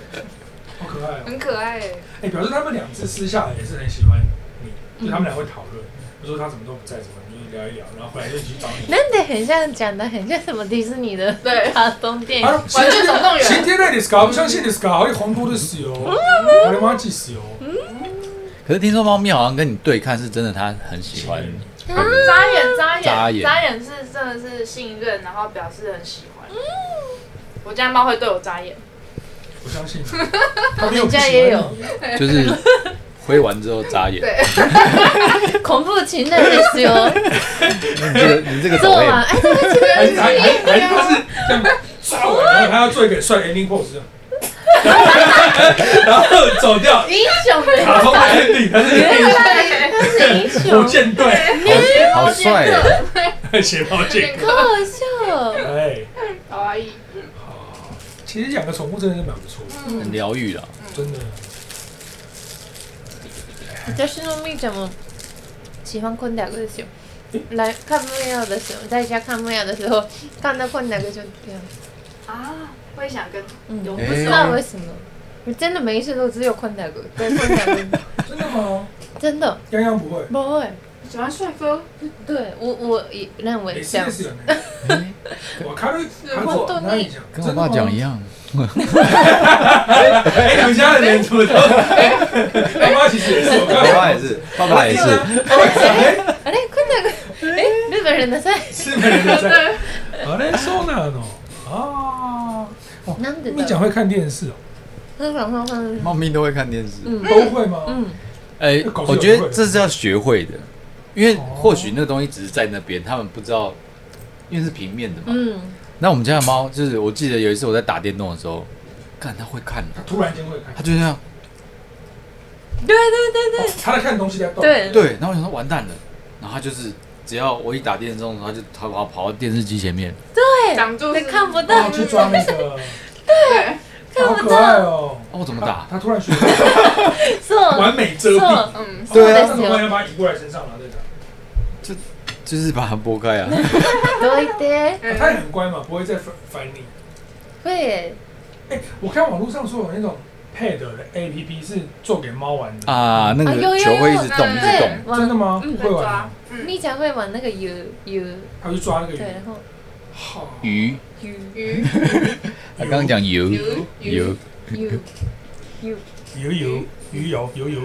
[SPEAKER 1] 好可爱哦。
[SPEAKER 2] 很可爱欸。
[SPEAKER 1] 哎，表示他们两次私下也是很喜欢你，就他们俩会讨论，就说他怎么都不在，怎么你就聊一聊，然后回来就一起找你。
[SPEAKER 3] 那得很像讲的，很像什么迪士尼的
[SPEAKER 2] 对
[SPEAKER 3] 卡通电影。
[SPEAKER 1] 啊，
[SPEAKER 2] 玩具总动员
[SPEAKER 1] 晴天瑞ですか？不相信ですか？哎，红多的死哟，我的妈气死哟！
[SPEAKER 4] 可是听说猫咪好像跟你对看是真的，它很喜欢你。
[SPEAKER 2] 眨眼，眨眼，
[SPEAKER 4] 眨眼
[SPEAKER 2] 是真的是信任，然后表示很喜欢。我家猫会对我眨眼，
[SPEAKER 1] 不相 信，他没有不喜
[SPEAKER 3] 人家
[SPEAKER 1] 欢
[SPEAKER 3] 也有
[SPEAKER 1] 你
[SPEAKER 4] 就是挥完之后眨眼。
[SPEAKER 2] 对，
[SPEAKER 3] 恐怖情人的 时候
[SPEAKER 4] 你这个你这个
[SPEAKER 3] 做
[SPEAKER 4] 抖 M，
[SPEAKER 2] 啊
[SPEAKER 3] 完，哎，对不起，
[SPEAKER 1] 还
[SPEAKER 3] 对
[SPEAKER 1] 是
[SPEAKER 3] 不
[SPEAKER 1] 还
[SPEAKER 3] 起，
[SPEAKER 1] 哎还还是他是这样抓我，然后他要做一个帅 ending pose，这样 然后走掉，
[SPEAKER 3] 英雄人
[SPEAKER 1] 卡通的 ending，他是
[SPEAKER 3] 他是英
[SPEAKER 1] 火
[SPEAKER 3] 雄，
[SPEAKER 1] 箭队，
[SPEAKER 4] 好帅啊耶！
[SPEAKER 1] 写到这个，
[SPEAKER 3] 好好笑哦。
[SPEAKER 1] 哎，
[SPEAKER 2] 好阿姨，
[SPEAKER 1] 其实养个宠物真的是蛮不错的，
[SPEAKER 4] 很疗愈啊啦。
[SPEAKER 1] 真的。
[SPEAKER 3] 私のみーちゃんも喜欢昆达克ですよ。来看木曜的时候，在家看木曜的时候，看到昆达克就这样。
[SPEAKER 2] 啊，会想跟，
[SPEAKER 3] 嗯
[SPEAKER 2] 我
[SPEAKER 4] 哎
[SPEAKER 2] 不
[SPEAKER 3] 不
[SPEAKER 2] 知
[SPEAKER 3] 知
[SPEAKER 2] 道
[SPEAKER 3] 道
[SPEAKER 2] 我
[SPEAKER 3] 为什么，我真的每一次都只有昆达 克，对昆达克，
[SPEAKER 1] 真的吗？
[SPEAKER 3] 真的
[SPEAKER 1] 样样不会，
[SPEAKER 3] 不会。
[SPEAKER 2] 喜欢帅哥，
[SPEAKER 3] 对我我也认
[SPEAKER 1] 没
[SPEAKER 3] 为这
[SPEAKER 1] 事
[SPEAKER 3] 样
[SPEAKER 1] 的。是有那个。我看了韩国那一讲，
[SPEAKER 4] 跟我爸讲一
[SPEAKER 1] 样。
[SPEAKER 4] 样，
[SPEAKER 1] 哎，你们家的人怎么都？我妈其实也是，我
[SPEAKER 4] 我爸也是，爸爸也是，
[SPEAKER 1] 爸爸也是。
[SPEAKER 3] あれ昆达克，哎，日本人的在。
[SPEAKER 1] 是没人在。あれそうなの？啊，
[SPEAKER 3] なんで
[SPEAKER 1] 你
[SPEAKER 3] だ
[SPEAKER 1] 讲
[SPEAKER 3] ろう。
[SPEAKER 1] 会看电视哦？
[SPEAKER 3] 嗯嗯嗯
[SPEAKER 4] 猫咪都会看电视。
[SPEAKER 3] 嗯
[SPEAKER 1] 都会吗？
[SPEAKER 3] 嗯，
[SPEAKER 4] 哎
[SPEAKER 1] 搞，
[SPEAKER 4] 我
[SPEAKER 1] 笑
[SPEAKER 4] 觉得
[SPEAKER 1] 会
[SPEAKER 4] 这是要学会的，因为
[SPEAKER 1] 哦
[SPEAKER 4] 或许那东西只是在那边，他们不知道，因为是平面的嘛。
[SPEAKER 3] 嗯，
[SPEAKER 4] 那我们家的猫就是，我记得有一次我在打电动的时候，看它会看，
[SPEAKER 1] 他突然间会看
[SPEAKER 4] 它，就这样，
[SPEAKER 3] 对对对对
[SPEAKER 1] 他在看东西在动。
[SPEAKER 3] 对，
[SPEAKER 4] 对，然后我想说完蛋了，然后它就是只要我一打电动，它就它跑跑到电视机前面，
[SPEAKER 2] 挡住
[SPEAKER 3] 你看不
[SPEAKER 1] 然
[SPEAKER 3] 到
[SPEAKER 1] 后，去抓那个，
[SPEAKER 2] 对，
[SPEAKER 1] 好可爱哦。
[SPEAKER 4] 哦，我怎么打？
[SPEAKER 1] 他突然学
[SPEAKER 3] そ う
[SPEAKER 1] 完美遮蔽，哦
[SPEAKER 3] そう。
[SPEAKER 2] 嗯，
[SPEAKER 4] 对
[SPEAKER 1] 那
[SPEAKER 4] 啊
[SPEAKER 1] 怎么办？要把它移过来身上，然后再打。
[SPEAKER 4] 就是把它拨开啊。
[SPEAKER 3] どいて。
[SPEAKER 2] 哎嗯
[SPEAKER 1] 他也很乖嘛，不会再烦烦你。
[SPEAKER 3] 会
[SPEAKER 1] 哎，我看网络上说有那种 Pad 的 APP 是做给猫玩的，
[SPEAKER 4] 啊，那
[SPEAKER 3] 啊有有
[SPEAKER 4] 个
[SPEAKER 3] 有
[SPEAKER 4] 球会一直动，一直
[SPEAKER 3] 对
[SPEAKER 4] 动，，
[SPEAKER 1] 真的吗？
[SPEAKER 3] 嗯
[SPEAKER 1] 会玩吗？，
[SPEAKER 2] 嗯，
[SPEAKER 3] 咪ーちゃん会玩那个 U U，
[SPEAKER 1] 他去抓那个鱼
[SPEAKER 3] 对，。然后
[SPEAKER 1] 好，
[SPEAKER 4] 鱼，
[SPEAKER 3] U
[SPEAKER 2] 鱼
[SPEAKER 4] 他刚刚讲游
[SPEAKER 2] 游
[SPEAKER 4] 游，
[SPEAKER 3] U U。
[SPEAKER 1] 鱼油鱼油油油。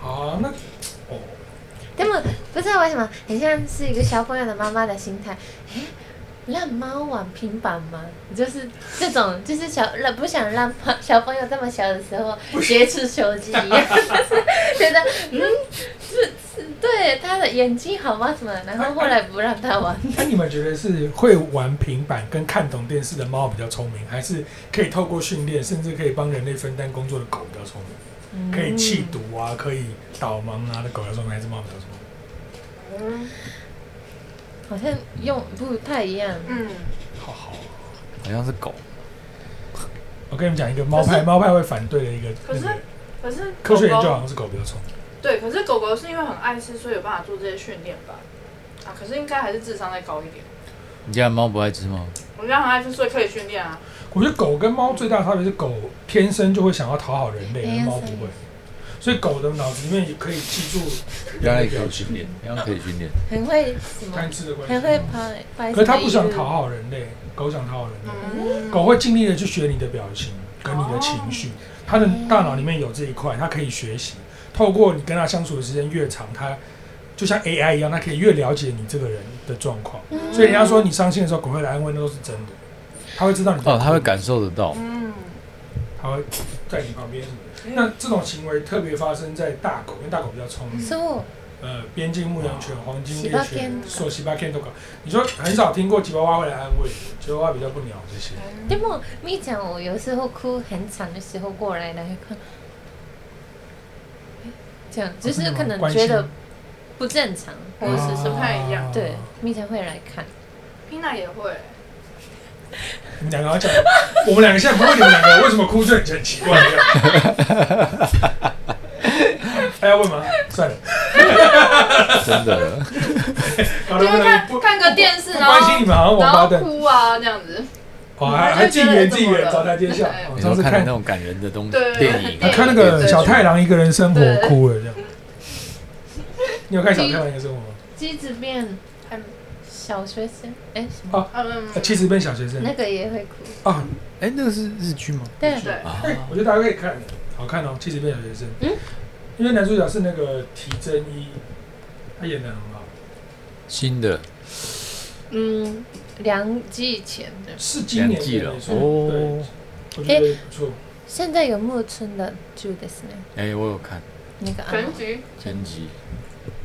[SPEAKER 1] 啊，那哦，
[SPEAKER 3] でも不知道为什么，很像是一个小朋友的妈妈的心态。诶让猫玩平板吗？就是这种，就是小让不想让猫小朋友这么小的时候接触手机 一样，就是觉得嗯，是是对他的眼睛好吗？什么？然后后来不让他玩。
[SPEAKER 1] 那你们觉得是会玩平板跟看懂电视的猫比较聪明，还是可以透过训练，甚至可以帮人类分担工作的狗比较聪明？可以弃毒啊，可以导盲啊的狗要聪明还是猫比较聪明？
[SPEAKER 3] 好像用不太一样。
[SPEAKER 2] 嗯，
[SPEAKER 1] 好好，
[SPEAKER 4] 好像是狗，
[SPEAKER 1] 我跟你们讲一个猫
[SPEAKER 2] 可
[SPEAKER 1] 派
[SPEAKER 2] 是
[SPEAKER 1] 猫派会反对的一个，
[SPEAKER 2] 可是
[SPEAKER 1] 那个
[SPEAKER 2] 可是
[SPEAKER 1] 科学研
[SPEAKER 2] 狗
[SPEAKER 1] 究
[SPEAKER 2] 狗
[SPEAKER 1] 好像是狗比较聪明。
[SPEAKER 2] 对，可是狗狗是因为很爱吃，所以有办法做这些训练吧？啊，可是应该还是智商再高一点。
[SPEAKER 4] 你家的猫不爱吃吗？
[SPEAKER 2] 我们家很爱吃，所以可以训练啊。
[SPEAKER 1] 我觉得狗跟猫最大的差别是狗天生就会想要讨好人类，
[SPEAKER 3] 哎
[SPEAKER 1] 而
[SPEAKER 3] 呀
[SPEAKER 1] 猫不会。所以狗的脑子里面也可以记住
[SPEAKER 4] 原
[SPEAKER 1] 人
[SPEAKER 4] 来
[SPEAKER 1] 类
[SPEAKER 4] 可
[SPEAKER 1] 表
[SPEAKER 4] 以
[SPEAKER 1] 情，
[SPEAKER 4] 训练，原来可以训练。
[SPEAKER 3] 很会什么
[SPEAKER 1] 贪？吃的关
[SPEAKER 3] 很
[SPEAKER 1] 系。
[SPEAKER 3] 会拍拍。
[SPEAKER 1] 可是它不想讨。好人类，狗想讨好人类。
[SPEAKER 2] 嗯，哦
[SPEAKER 1] 狗会尽力的去学你的表情跟你的情绪，
[SPEAKER 2] 嗯
[SPEAKER 1] 它的大脑里面有这一块，它可以学习。透过你跟它相处的时间越长，它就像 AI 一样，它可以越了解你这个人的状况。
[SPEAKER 3] 嗯
[SPEAKER 1] 所以人家说你伤心的时候，狗会来安慰，那都是真的。它会知道你在
[SPEAKER 4] 哦，它会
[SPEAKER 1] 哭
[SPEAKER 4] 感受得到，
[SPEAKER 2] 嗯，
[SPEAKER 1] 它会在你旁边什么的。那这种行为特别发生在大狗，因为大狗比较聪明。
[SPEAKER 3] そう。
[SPEAKER 1] 呃，边境牧羊犬、
[SPEAKER 2] 哦
[SPEAKER 1] 黄金猎
[SPEAKER 3] 喜巴
[SPEAKER 1] 犬
[SPEAKER 3] 天、
[SPEAKER 1] 说西巴 Ken 都搞，你说很少听过吉娃娃会来安慰，吉娃娃比较不鸟这些。
[SPEAKER 3] でもみーちゃんを有时候哭很惨的时候过来，然后看，哎这样就是可能觉得不正常，或
[SPEAKER 1] 哦
[SPEAKER 3] 者
[SPEAKER 1] 真的吗
[SPEAKER 3] 是什么，
[SPEAKER 2] 太一样
[SPEAKER 3] 对，，咪ーちゃん会来看，
[SPEAKER 2] Pina 也会，
[SPEAKER 1] 啊你们两个要讲， 我们两个现在不问你们两个为什么哭，就很很奇怪。 还要问吗？算了，
[SPEAKER 4] 真的，
[SPEAKER 1] 好了，
[SPEAKER 2] 就
[SPEAKER 1] 不
[SPEAKER 2] 是
[SPEAKER 1] 能
[SPEAKER 2] 看
[SPEAKER 1] 不
[SPEAKER 2] 看个电视，
[SPEAKER 1] 不
[SPEAKER 2] 然后
[SPEAKER 1] 关心你们，好像王
[SPEAKER 2] 然
[SPEAKER 1] 八
[SPEAKER 2] 后
[SPEAKER 1] 蛋。
[SPEAKER 2] 哭啊这样子。
[SPEAKER 1] 哦，还还纪元纪元找台阶下。我
[SPEAKER 4] 你
[SPEAKER 1] 上
[SPEAKER 4] 说
[SPEAKER 1] 次
[SPEAKER 4] 看
[SPEAKER 1] 看
[SPEAKER 4] 那种感人的东
[SPEAKER 2] 对
[SPEAKER 4] 电影
[SPEAKER 1] 啊
[SPEAKER 2] 对，
[SPEAKER 1] 看那个小太郎一个人生活
[SPEAKER 2] 对
[SPEAKER 1] 哭了这样。你有看小太郎一个人生活吗？
[SPEAKER 3] 机子变
[SPEAKER 2] 嗯
[SPEAKER 3] 哎小学生，哎、什
[SPEAKER 1] 啊
[SPEAKER 3] 么？
[SPEAKER 2] 嗯
[SPEAKER 1] 啊，，其实变小学生
[SPEAKER 3] 那个也会哭，
[SPEAKER 1] 啊，
[SPEAKER 4] 哎，那个是日剧吗？
[SPEAKER 3] 对，
[SPEAKER 2] 对，
[SPEAKER 4] 啊，
[SPEAKER 1] 哎我觉得大家可以看，好看哦，《气质变小学生》。
[SPEAKER 3] 嗯
[SPEAKER 1] 因为男主角是那个提真一，他演的很好。
[SPEAKER 4] 新的
[SPEAKER 3] 嗯，两季以前的，
[SPEAKER 1] 是今年
[SPEAKER 4] 两季了
[SPEAKER 1] 没错
[SPEAKER 4] 哦，
[SPEAKER 1] 对，我觉得不错。
[SPEAKER 3] 现在有木村的剧ですね，
[SPEAKER 4] 哎，我有看
[SPEAKER 3] 那个啊，
[SPEAKER 2] 全局
[SPEAKER 4] 前集，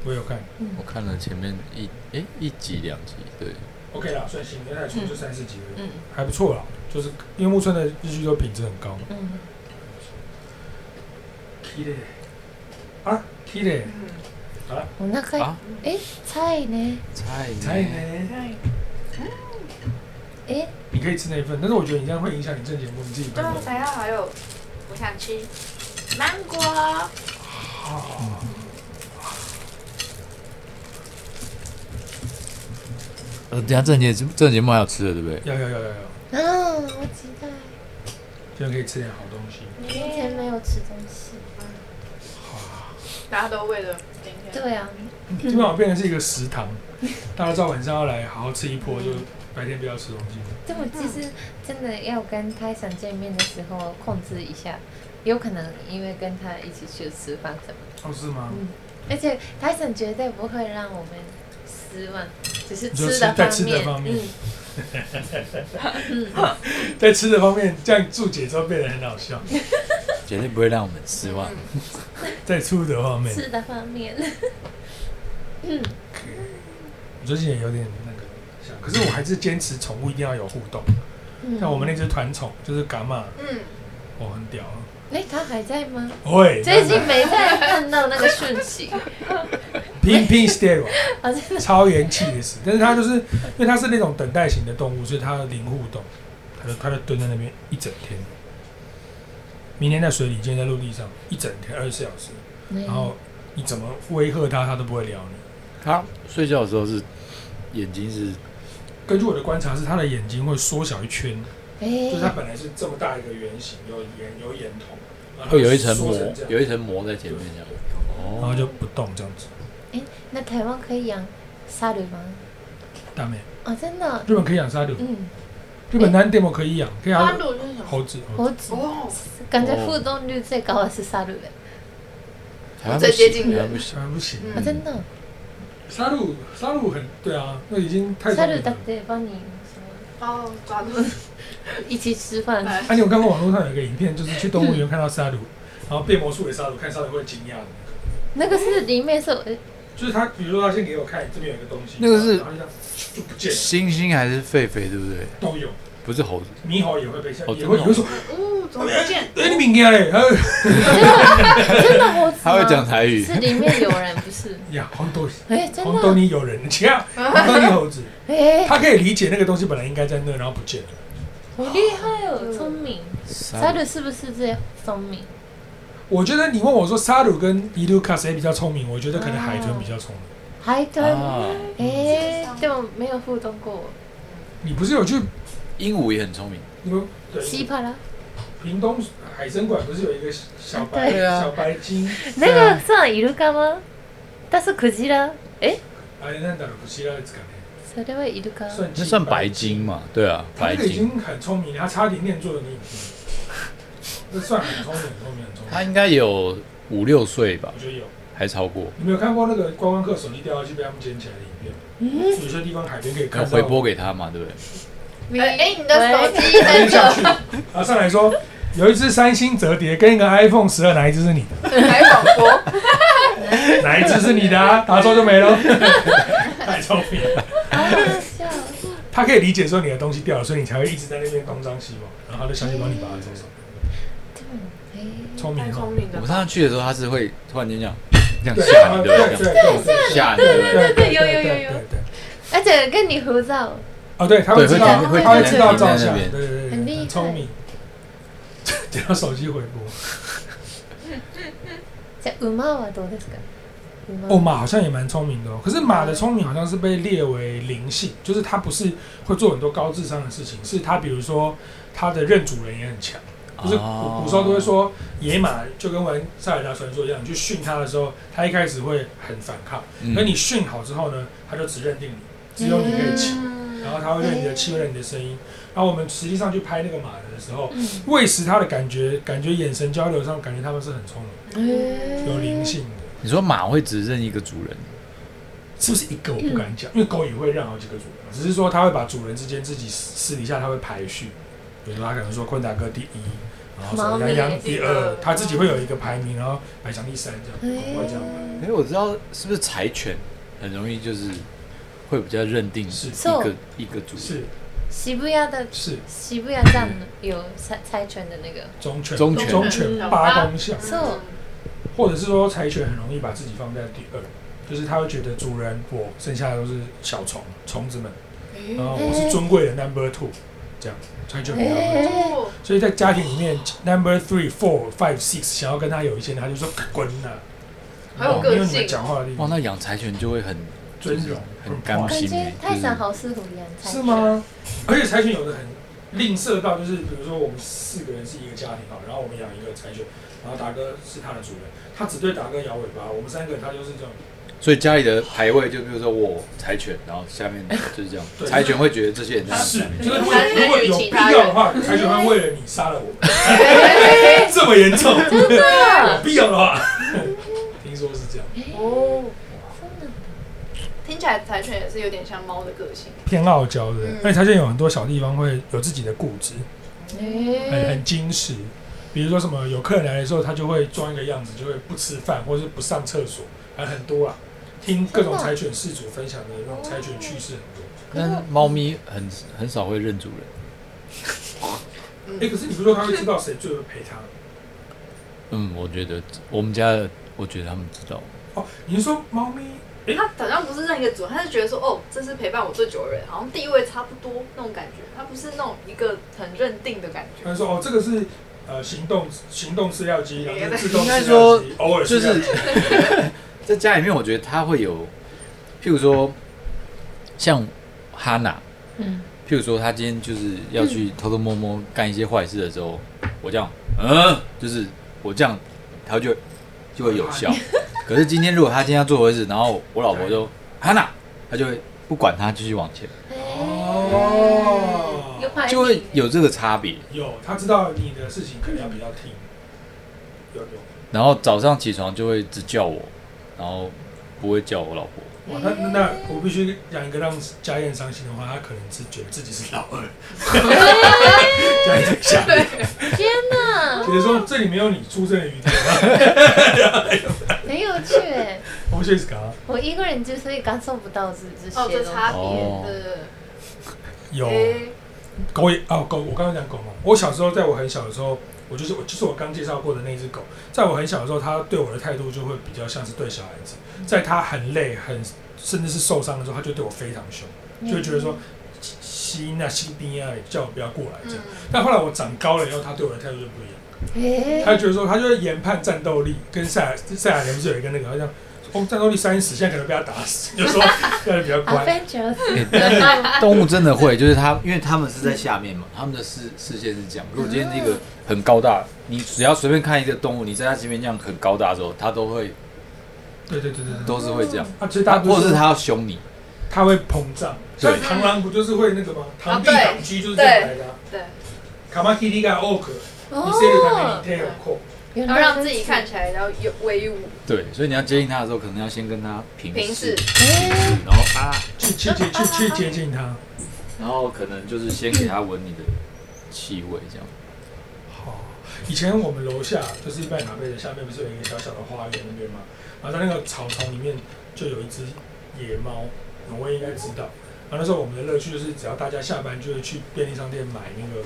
[SPEAKER 1] 我有看
[SPEAKER 4] 我看了前面一哎一集两集，对，
[SPEAKER 1] ，OK 啦，算新，原来出就三十几而已，
[SPEAKER 3] 嗯
[SPEAKER 1] 还不错啦。就是因为木村的日剧都品质很高。
[SPEAKER 3] 嗯，
[SPEAKER 1] 綺麗啊，綺麗
[SPEAKER 2] 嗯，
[SPEAKER 3] お腹
[SPEAKER 4] 啊
[SPEAKER 3] え、菜ね、
[SPEAKER 4] 菜
[SPEAKER 1] 才
[SPEAKER 4] 呢？
[SPEAKER 1] 能。
[SPEAKER 3] え、
[SPEAKER 1] 你可以吃那一份，但是我觉得你这样会影响你正节目，你自己分
[SPEAKER 2] 对啊，
[SPEAKER 1] 享。
[SPEAKER 2] 等一下还有，我想吃芒果。
[SPEAKER 4] 呃，等一下这节这节目还有吃的对不对？
[SPEAKER 1] 要要要要要，
[SPEAKER 3] あー、啊我知道，
[SPEAKER 1] 这样可以吃点好东西。
[SPEAKER 3] 今天没有吃东西，
[SPEAKER 2] 大家都为了今天，
[SPEAKER 3] 对啊，
[SPEAKER 1] 基本上变成是一个食堂，大家知道晚上要来好好吃一波，就白天不要吃东西。
[SPEAKER 3] でも其实真的要跟泰山见面的时候控制一下，有可能因为跟他一起去吃饭什么的，
[SPEAKER 1] 哦，是吗？
[SPEAKER 3] 而且泰山绝对不会让我们失望，只是
[SPEAKER 1] 你说
[SPEAKER 3] 吃
[SPEAKER 1] 吃在
[SPEAKER 3] 的方
[SPEAKER 1] 吃的
[SPEAKER 3] 面，
[SPEAKER 1] 方面
[SPEAKER 3] 嗯，
[SPEAKER 1] 在吃的方面，这样注解之后变得很好笑。
[SPEAKER 4] 绝对不会让我们失望。
[SPEAKER 1] 在出的方面，
[SPEAKER 3] 嗯吃的方面，
[SPEAKER 1] 我最近也有点那个想，可是我还是坚持宠物一定要有互动。
[SPEAKER 3] 嗯
[SPEAKER 1] 像我们那只团宠就是伽马，
[SPEAKER 2] 嗯，
[SPEAKER 1] 我很屌啊。
[SPEAKER 3] 那他还在吗？
[SPEAKER 1] 会，
[SPEAKER 3] 最近没再看到那个讯 息，哦
[SPEAKER 1] 拼拼 stable。
[SPEAKER 3] 好像
[SPEAKER 1] 超元气的死， 但是它就是因为它是那种等待型的动物，所以它零互动，它就它就蹲在那边一整天。明天在水里，今天在陆地上，一整天二十四小时，
[SPEAKER 3] 没
[SPEAKER 1] 然后你怎么威吓它，它都不会撩你。
[SPEAKER 4] 他睡觉的时候是眼睛是
[SPEAKER 1] 根据我的观察是，它的眼睛会缩小一圈，
[SPEAKER 3] 哎
[SPEAKER 1] 就是它本来是这么大一个圆形，有眼有眼瞳，然后它
[SPEAKER 4] 会有一层膜
[SPEAKER 1] 缩成这，样
[SPEAKER 4] 有一层膜在前面这样。
[SPEAKER 1] 然后
[SPEAKER 4] 哦，
[SPEAKER 1] 就不动这样子。
[SPEAKER 3] 那台湾可以养鲨鱼吗？
[SPEAKER 1] 大妹，
[SPEAKER 3] 哦，真的，
[SPEAKER 1] 日本可以养鲨鱼，
[SPEAKER 3] 嗯，
[SPEAKER 1] 日本南 demo 可以养，可以
[SPEAKER 2] 嗯花
[SPEAKER 1] 养
[SPEAKER 2] 露是什么？
[SPEAKER 1] 猴子。猴子
[SPEAKER 3] 猴子
[SPEAKER 2] 哦，
[SPEAKER 3] 感觉互动率最高的是鲨鱼，
[SPEAKER 4] 台湾不
[SPEAKER 2] 最哦接近
[SPEAKER 4] 行，台
[SPEAKER 2] 人
[SPEAKER 4] 湾不行。
[SPEAKER 1] 当然不行，
[SPEAKER 3] 啊，
[SPEAKER 2] 嗯
[SPEAKER 3] 真的，
[SPEAKER 1] 鲨鹿鲨鹿很对啊，那已经太
[SPEAKER 3] 鲨
[SPEAKER 1] 聪
[SPEAKER 3] 鱼
[SPEAKER 1] 明
[SPEAKER 3] だ
[SPEAKER 1] 了
[SPEAKER 3] っ。て帮你什么
[SPEAKER 2] 哦，抓住，
[SPEAKER 3] 一起吃饭，
[SPEAKER 2] 哎
[SPEAKER 1] 啊，你有看过网络上有一个影片，就是去动物园看到鲨鱼，然后变魔术给鲨鱼，看鲨鱼会惊讶的。
[SPEAKER 3] 那个是里面是 呃
[SPEAKER 1] 就是他，比如说他先给我看这边有一个东西，
[SPEAKER 4] 那个是
[SPEAKER 1] 然后就这样就不见了，
[SPEAKER 4] 猩猩还是狒狒，对不对？
[SPEAKER 1] 都有，
[SPEAKER 4] 不是猴子，
[SPEAKER 1] 猕猴也会被吓，
[SPEAKER 4] 哦
[SPEAKER 1] 也会
[SPEAKER 4] 真的哦
[SPEAKER 1] 有说，
[SPEAKER 2] 哦，怎么不见？
[SPEAKER 1] 哎，你敏感嘞，还有
[SPEAKER 3] 真的猴子吗
[SPEAKER 4] 他会讲台语
[SPEAKER 3] 是。里面有人不 是？
[SPEAKER 1] 呀，红豆
[SPEAKER 3] 哎，真
[SPEAKER 1] 红豆
[SPEAKER 3] 的，
[SPEAKER 1] 泥有人，你 看红豆泥猴子，
[SPEAKER 3] 哎，
[SPEAKER 1] 他可以理解那个东西本来应该在那，然后不见了。
[SPEAKER 3] 好厉害哦，聪明，鲨鱼是不是最聪明？
[SPEAKER 1] 我觉得你问我说鲨鱼跟伊鲁卡谁比较聪明，我觉得可能海豚比较聪明。
[SPEAKER 3] 海豚，
[SPEAKER 4] 啊，
[SPEAKER 3] 哎，对我没有互动过，
[SPEAKER 1] 你不是有去
[SPEAKER 4] 鹦鹉也很聪明。
[SPEAKER 1] 你们对
[SPEAKER 3] 西帕拉，
[SPEAKER 1] 屏东海参馆不是有一个小白
[SPEAKER 4] 对啊
[SPEAKER 1] 小白鲸？
[SPEAKER 3] 那个算イルカ吗？但是クジラ，哎，
[SPEAKER 1] 哎，那打了不西拉斯卡
[SPEAKER 3] それはイルカ。
[SPEAKER 1] 算
[SPEAKER 4] 那算白金嘛？对啊，
[SPEAKER 1] 他
[SPEAKER 4] 白
[SPEAKER 1] 这个嗯已
[SPEAKER 4] 金。
[SPEAKER 1] 经很聪明了，他差点念错了你已经。 这算很聪明，很聪明，很聪
[SPEAKER 4] 他
[SPEAKER 1] 明。
[SPEAKER 4] 应该有五六岁吧
[SPEAKER 1] 我，觉得有，
[SPEAKER 4] 还超过。
[SPEAKER 1] 你没有看过那个观光客手机掉下去被他们捡起来的影片吗？
[SPEAKER 4] 嗯
[SPEAKER 1] 有些地方海边可以
[SPEAKER 4] 可
[SPEAKER 1] 看
[SPEAKER 4] 能
[SPEAKER 1] 到。
[SPEAKER 4] 回拨给他嘛，对不对？
[SPEAKER 2] 哎 哎，你的手机
[SPEAKER 1] 海
[SPEAKER 2] 在
[SPEAKER 1] 边下
[SPEAKER 2] 这，
[SPEAKER 1] 去，然啊后上来说有一只三星折叠跟一个 iPhone 十二，哪一只是你的？
[SPEAKER 2] 还广播，
[SPEAKER 1] 哪一只是你的 啊？答错就没了。 太聪明了，
[SPEAKER 3] 好笑。
[SPEAKER 1] 他可以理解说你的东西掉了，所以你才会一直在那边东张西望，然后他就想去帮你把它收走。聪明
[SPEAKER 2] 太
[SPEAKER 1] 哦
[SPEAKER 2] 聪，明
[SPEAKER 4] 我
[SPEAKER 2] 了
[SPEAKER 4] 们。上次去的时候，他是会突然间这样这样
[SPEAKER 1] 对
[SPEAKER 4] 吓你，
[SPEAKER 1] 对啊
[SPEAKER 4] 对
[SPEAKER 1] 对
[SPEAKER 4] 不对？
[SPEAKER 1] 对
[SPEAKER 4] 吓你，对不对？
[SPEAKER 1] 对
[SPEAKER 3] 有有有有
[SPEAKER 1] 对对。
[SPEAKER 3] 而且跟你合照，
[SPEAKER 1] 哦，对，他会知道
[SPEAKER 4] 对，会
[SPEAKER 1] 他会
[SPEAKER 4] 停
[SPEAKER 1] 知道
[SPEAKER 4] 停在
[SPEAKER 1] 照
[SPEAKER 4] 那
[SPEAKER 1] 相，对
[SPEAKER 4] 边
[SPEAKER 1] 对对，
[SPEAKER 3] 很厉害
[SPEAKER 1] 聪明，捡到手机回拨。
[SPEAKER 3] じゃあ馬はどうですか？馬
[SPEAKER 1] 哦，马好像也蛮聪明的哦，可是马的聪明好像是被列为灵性，就是它不是会做很多高智商的事情，是它比如说它的认主人也很强，
[SPEAKER 4] 啊
[SPEAKER 1] 就是古
[SPEAKER 4] 哦
[SPEAKER 1] 古时候都会说野马就跟玩塞尔达传说一样，你去训它的时候，它一开始会很反抗，
[SPEAKER 4] 嗯，
[SPEAKER 1] 可哎你训好之后呢，它就只认定你，
[SPEAKER 3] 嗯
[SPEAKER 1] 只有你可以骑，然后它会认你的气，会认你的声音。然后我们实际上去拍那个马的时候，喂食它的感觉，感觉眼神交流上，感觉它们是很聪明、
[SPEAKER 3] えー
[SPEAKER 1] 有灵性的。
[SPEAKER 4] 你说马会只认一个主人，
[SPEAKER 1] 是不是一个我不敢讲，因为狗也会让好几个主人，只是说它会把主人之间自己私底下它会排序，比如说它可能说昆达哥第一，然后说杨洋第二，它自己会有一个排名，然后白翔第三这样，狗会这样排。
[SPEAKER 4] 哎，我知道是不是柴犬很容易就是会比较认定
[SPEAKER 1] 是
[SPEAKER 4] 一
[SPEAKER 3] そう
[SPEAKER 4] 个一个主人，
[SPEAKER 1] 是
[SPEAKER 3] 渋谷的
[SPEAKER 1] 是
[SPEAKER 3] 渋谷站有猜猜拳的那个，
[SPEAKER 1] 忠犬，
[SPEAKER 4] 忠犬
[SPEAKER 1] 忠犬八公像，
[SPEAKER 3] そう
[SPEAKER 1] 或者是说柴犬很容易把自己放在第二，就是它会觉得主人我，剩下的都是小虫虫子们，
[SPEAKER 2] 嗯
[SPEAKER 1] 然后我是尊贵的 number two，这样柴犬比较会。
[SPEAKER 2] 哎
[SPEAKER 3] え
[SPEAKER 1] 所以在家庭里面，number three、four、five、six，想要跟他有一些，他就说滚呐、
[SPEAKER 5] 很有
[SPEAKER 1] 哦
[SPEAKER 5] 个
[SPEAKER 1] 没有你
[SPEAKER 5] 性
[SPEAKER 1] 们讲话的地
[SPEAKER 4] 哇，
[SPEAKER 1] 方，
[SPEAKER 4] 那养柴犬就会很
[SPEAKER 1] 尊荣
[SPEAKER 4] 很干
[SPEAKER 3] ー、
[SPEAKER 4] 净
[SPEAKER 3] 感觉
[SPEAKER 4] 欸
[SPEAKER 3] 泰山好似乎一样猜拳
[SPEAKER 1] 是？吗？而且柴犬有的很吝啬到，就是比如说我们四个人是一个家庭好，然后我们养一个柴犬，然后达哥是它的主人，他只对达哥摇尾巴，我们三个人他就是这种，
[SPEAKER 4] 所以家里的排位就比如说我柴犬，然后
[SPEAKER 1] ，
[SPEAKER 4] 下面就是这样
[SPEAKER 1] 对
[SPEAKER 4] 柴犬会觉得这些人在
[SPEAKER 1] 是
[SPEAKER 4] 下面，
[SPEAKER 1] 就是如果如果有必要的话，柴犬会为了你杀了我 们，这么严重，真的，
[SPEAKER 3] 啊
[SPEAKER 1] 有必要的话， 听说是这样，
[SPEAKER 2] 哦，
[SPEAKER 3] そうなんだ
[SPEAKER 2] 听起来柴犬也是有点像猫的个性，
[SPEAKER 1] 偏傲娇的
[SPEAKER 2] 嗯，
[SPEAKER 1] 而且柴犬有很多小地方会有自己的固执。很
[SPEAKER 3] え
[SPEAKER 1] 很矜持。比如说什么有客人来的时候，他就会装一个样子，就会不吃饭或者是不上厕所，还很多啦。听各种柴犬事主分享的那种柴犬趣事很多。
[SPEAKER 4] 但是猫咪很很少会认主人，
[SPEAKER 1] 哎、可是你不是说他会知道谁最会陪他吗？
[SPEAKER 4] 嗯，我觉得我们家的，我觉得他们知道，
[SPEAKER 1] 哦，你是说猫咪？
[SPEAKER 2] 它好像不是认一个主，它是觉得说哦，这是陪伴我最久的人，好像地位差不多那种感觉，它不是那种一个很认定的感觉
[SPEAKER 1] 他。说哦，这个是呃行动行动饲料机，然后这个自动
[SPEAKER 4] 应该
[SPEAKER 1] 饲料
[SPEAKER 4] 说
[SPEAKER 1] 机，偶尔
[SPEAKER 4] 就
[SPEAKER 1] 饲料
[SPEAKER 4] 是
[SPEAKER 1] 机
[SPEAKER 4] 在家里面，我觉得他会有，譬如说像哈娜，
[SPEAKER 3] 嗯
[SPEAKER 4] 譬如说他今天就是要去偷偷摸摸干一些坏事的时候，我这样，嗯，就是我这样，他就就会有效。可是今天如果他今天要做坏事，然后我老婆就哈娜，他就会不管他继续往前，
[SPEAKER 1] 哦，
[SPEAKER 3] よく入って
[SPEAKER 4] 就会有这个差别。
[SPEAKER 1] 有他知道你的事情可能要比较听，有有
[SPEAKER 4] 然后早上起床就会只叫我，然后不会叫我老婆。
[SPEAKER 1] 哇，那那那我必须讲一个让家燕伤心的话，他可能是觉得自己是老二，家燕在下面，
[SPEAKER 3] 天哪，
[SPEAKER 1] 觉得说这里没有你出生的余地，
[SPEAKER 3] 很有趣哎！
[SPEAKER 1] 我确实搞
[SPEAKER 3] 我一个人就是感受不到这这
[SPEAKER 2] 哦，
[SPEAKER 3] 些
[SPEAKER 2] 这
[SPEAKER 3] 东西。
[SPEAKER 2] 差
[SPEAKER 4] 哦
[SPEAKER 2] 别的，
[SPEAKER 1] 有
[SPEAKER 2] 诶
[SPEAKER 1] 狗也哦狗，我刚刚讲狗嘛，我小时候在我很小的时候，我就是我就是我刚介绍过的那只狗，在我很小的时候，它对我的态度就会比较像是对小孩子，在它很累很甚至是受伤的时候，它就对我非常凶，就会觉得说西西那西宾啊，叫我不要过来这
[SPEAKER 2] 嗯
[SPEAKER 1] 样。，但后来我长高了以后，它对我的态度就不一样。
[SPEAKER 3] 哎，
[SPEAKER 1] 他觉得说，他就会研判战斗力，跟塞尔塞尔人不是有一个那个，好像哦，战斗力三十，现在可能被他打死，就说现在比较
[SPEAKER 3] 阿
[SPEAKER 1] 乖。
[SPEAKER 3] 凡达，
[SPEAKER 4] 欸但 是动物真的会，就是它，因为它们是在下面嘛，它们的视视线是这样。如果今天是一个很高大，你只要随便看一个动物，你在它前面这样很高大的时候，它都会
[SPEAKER 1] 对对对对对。
[SPEAKER 4] 都是会这样。
[SPEAKER 1] 啊，其实大
[SPEAKER 4] 它
[SPEAKER 1] 部
[SPEAKER 4] 或者
[SPEAKER 1] 分
[SPEAKER 4] 是它要凶你，
[SPEAKER 1] 他会膨胀，像
[SPEAKER 4] 对
[SPEAKER 1] 螳螂不就是会那个吗？螳
[SPEAKER 2] 啊
[SPEAKER 1] 臂
[SPEAKER 2] 对
[SPEAKER 1] 螳居就是这样来的啊。
[SPEAKER 2] 对，
[SPEAKER 1] 卡马基利盖奥克，你塞了他
[SPEAKER 3] 哦，
[SPEAKER 1] 给你 tail 扣，
[SPEAKER 3] 原
[SPEAKER 2] 然
[SPEAKER 3] 来
[SPEAKER 2] 后让自己看起来要有威武、
[SPEAKER 4] 对，所以你要接近它的时候，可能要先跟它平
[SPEAKER 2] 平视，，
[SPEAKER 4] 视
[SPEAKER 3] 哎，
[SPEAKER 4] 然后啊，
[SPEAKER 1] 去去去去去接近他。
[SPEAKER 4] 然后可能就是先给它闻你的气味，这样。
[SPEAKER 1] 好，以前我们楼下就是一般咖啡的下面不是有一个小小的花园那边吗？然后在那个草丛里面就有一只野猫，挪威应该知道。然后那时候我们的乐趣就是，只要大家下班就会去便利商店买那个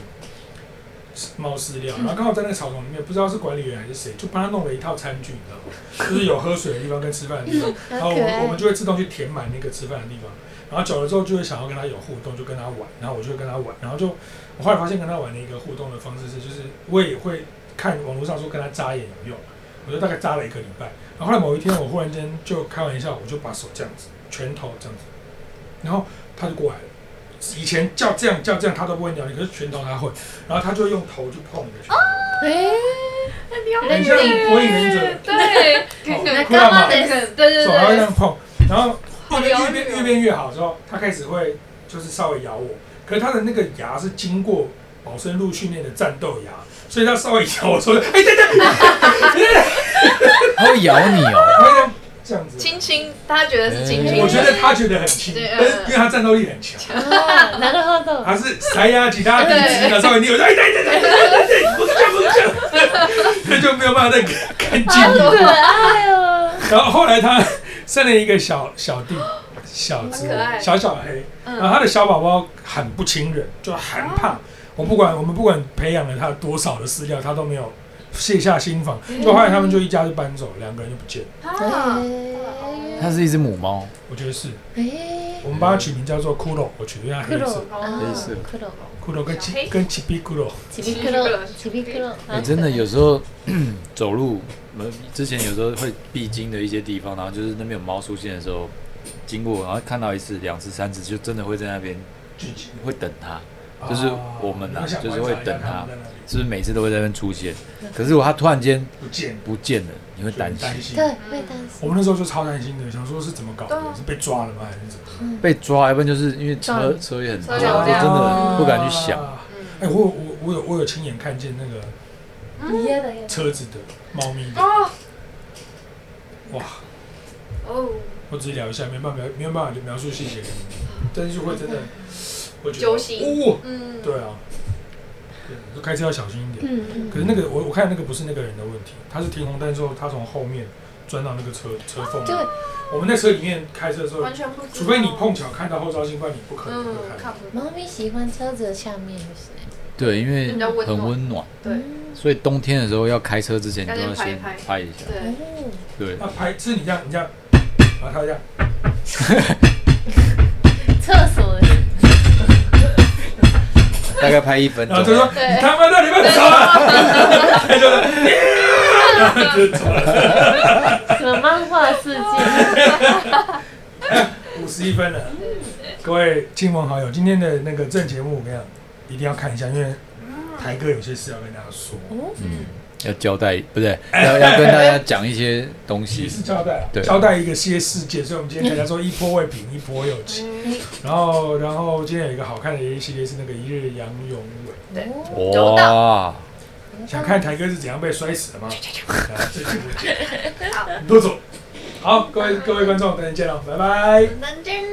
[SPEAKER 1] 猫饲料，然后刚好在那个草丛里面，不知道是管理员还是谁，就帮他弄了一套餐具，你知道吗？就是有喝水的地方跟吃饭的地方，然后我
[SPEAKER 3] 好可
[SPEAKER 1] 们哎我
[SPEAKER 3] 爱
[SPEAKER 1] 们。就会自动去填满那个吃饭的地方，然后久了之后就会想要跟他有互动，就跟他玩，然后我就跟他玩，然后就我后来发现跟他玩的一个互动的方式是，就是我也会看网络上说跟他眨眼有用，我就大概眨了一个礼拜，然后后来某一天我忽然间就开玩笑，我就把手这样子，拳头这样子，然后他就过来了。以前叫这样叫这样他都不会鸟你，可是拳头他会，然后他就会用头去碰你的拳头，
[SPEAKER 3] 哎，
[SPEAKER 1] 很像火影忍者，
[SPEAKER 2] 对，
[SPEAKER 1] 好
[SPEAKER 3] 那
[SPEAKER 1] 酷啊
[SPEAKER 3] 干嘛
[SPEAKER 1] 嘛
[SPEAKER 3] 的？
[SPEAKER 2] 对对
[SPEAKER 1] 手还会这
[SPEAKER 2] 对，
[SPEAKER 1] 样碰，然后
[SPEAKER 2] 好
[SPEAKER 1] 越
[SPEAKER 2] 疗
[SPEAKER 1] 变
[SPEAKER 2] 愈
[SPEAKER 1] 越
[SPEAKER 2] 哦
[SPEAKER 1] 变越变越好之后，它开始会就是稍微咬我，可是它的那个牙是经过保生路训练的战斗牙，所以它稍微咬我说，哎、对对对，
[SPEAKER 4] 它会咬你哦。
[SPEAKER 1] 它会这样哎这样子，
[SPEAKER 2] 亲亲，他觉得是亲亲，
[SPEAKER 1] 我觉得它觉得很轻，
[SPEAKER 2] 对嗯
[SPEAKER 1] 但是因为它战斗力很强，
[SPEAKER 3] 啊なるほど。
[SPEAKER 1] 它是塞牙其他地支的稍微扭，哎对对对对对对，不是这样不是这样， 那就没有办法再干
[SPEAKER 2] 他
[SPEAKER 1] 干净。
[SPEAKER 2] 说
[SPEAKER 3] 可爱哦。
[SPEAKER 1] 然后后来他生了一个小小弟，小只
[SPEAKER 2] 很可爱
[SPEAKER 1] 小小黑，
[SPEAKER 2] 嗯哦
[SPEAKER 1] 然后他的小宝宝很不亲人，就很胖。我不管我们不管培养了他多少的饲料，他都没有卸下心防。
[SPEAKER 2] 嗯
[SPEAKER 1] 就后来他们就一家就搬走，两个人就不见了。
[SPEAKER 2] 啊，
[SPEAKER 3] 哎
[SPEAKER 4] 它是一只母猫，
[SPEAKER 1] 我觉得是
[SPEAKER 3] 哎，
[SPEAKER 1] 我们把它取名叫做骷髅，我取名叫黑
[SPEAKER 3] 黒
[SPEAKER 1] 色
[SPEAKER 3] 啊
[SPEAKER 4] 黑色
[SPEAKER 3] 黒
[SPEAKER 1] 骷髅跟
[SPEAKER 2] 小黑
[SPEAKER 1] 七跟七匹骷髅，
[SPEAKER 3] ちび黒ちび黒。
[SPEAKER 4] 哎、真的有时 候走路，我们之前有时候会必经的一些地方，然后就是那边有猫出现的时候，经过，然后看到一次、两次、三次，就真的会在那边
[SPEAKER 1] 聚集
[SPEAKER 4] 会等它。就是我们啊
[SPEAKER 1] 我想
[SPEAKER 4] 就是会
[SPEAKER 1] 观察一下
[SPEAKER 4] 等它
[SPEAKER 1] 们在哪里
[SPEAKER 4] 是不是每次都会在那边出现？可是如果它突然间
[SPEAKER 1] 不见了，
[SPEAKER 4] 不见了，你会
[SPEAKER 1] 就很
[SPEAKER 4] 担心
[SPEAKER 1] 心
[SPEAKER 3] 对，会担心。
[SPEAKER 1] 我们那时候就超担心的，想说是怎么搞
[SPEAKER 2] 对
[SPEAKER 1] 的
[SPEAKER 2] 啊，
[SPEAKER 1] 是被抓了吗？还是怎么？
[SPEAKER 4] 被抓，要不然就是因为车
[SPEAKER 3] 撞
[SPEAKER 4] 车也很多，
[SPEAKER 2] 车哦
[SPEAKER 4] 就
[SPEAKER 2] 流量
[SPEAKER 4] 哦真的不敢去想。
[SPEAKER 1] 哎、我有我我有我有亲眼看见那个
[SPEAKER 3] 嫌だよ。
[SPEAKER 1] 车子的猫咪的，
[SPEAKER 2] 哦
[SPEAKER 1] 哇！
[SPEAKER 2] 哦，
[SPEAKER 1] 我只是聊一下，没办法没有办法描述细节给你们，但是会真的，我觉得
[SPEAKER 2] 揪心
[SPEAKER 1] 哦，
[SPEAKER 2] 嗯，
[SPEAKER 1] 对啊，对，就开车要小心一点。
[SPEAKER 3] 嗯
[SPEAKER 1] 可是那个我我看那个不是那个人的问题，他是停红灯之后，他从后面钻到那个车车
[SPEAKER 2] 哦
[SPEAKER 1] 缝里
[SPEAKER 3] 对。
[SPEAKER 1] 我们在车里面开车的时候
[SPEAKER 2] 完，全不知道，
[SPEAKER 1] 除非你碰巧看到后照镜，不然你不可能会
[SPEAKER 2] 嗯，
[SPEAKER 1] 看。
[SPEAKER 2] 看不到，
[SPEAKER 3] 猫咪喜欢车子的下面ですね。
[SPEAKER 4] 对，因为
[SPEAKER 2] 比较温
[SPEAKER 4] 很
[SPEAKER 2] 暖，
[SPEAKER 4] 温暖，
[SPEAKER 2] 对
[SPEAKER 3] 음.
[SPEAKER 4] 所以冬天的时候要开车之前，你
[SPEAKER 2] 要
[SPEAKER 4] 都
[SPEAKER 2] 先拍一
[SPEAKER 4] 要先
[SPEAKER 2] 拍
[SPEAKER 4] 拍一下。
[SPEAKER 2] 对，
[SPEAKER 3] 哦，
[SPEAKER 4] 对，
[SPEAKER 1] 那拍是你这样你这样，然后他这样，
[SPEAKER 3] 厕所です。
[SPEAKER 4] 大概拍一分
[SPEAKER 1] 啊然后就说
[SPEAKER 4] 钟。
[SPEAKER 1] 你他妈到底要走啊！他就说，然后就走了。
[SPEAKER 3] 什么漫画世界？
[SPEAKER 1] 五十一分了。各位亲朋好友，今天的那个正节目，我跟你讲，一定要看一下，因为台哥有些事要跟大家说，
[SPEAKER 4] 嗯，要交代，不 对，要要跟大家讲一些东
[SPEAKER 1] 也
[SPEAKER 4] 西。
[SPEAKER 1] 是交代啊，
[SPEAKER 4] 对
[SPEAKER 1] 交代一个些事件，所以我们今天大家说一波未平，一波又起。然后，然后今天有一个好看的一系列是那个一日杨永伟，
[SPEAKER 3] 哦
[SPEAKER 4] 어,
[SPEAKER 2] 交
[SPEAKER 4] 哇，
[SPEAKER 3] 嗯
[SPEAKER 1] 想看台哥是怎样被摔死的吗？啊这节目见，多走。好，各位各位观众，等天见了，拜拜。
[SPEAKER 2] 能见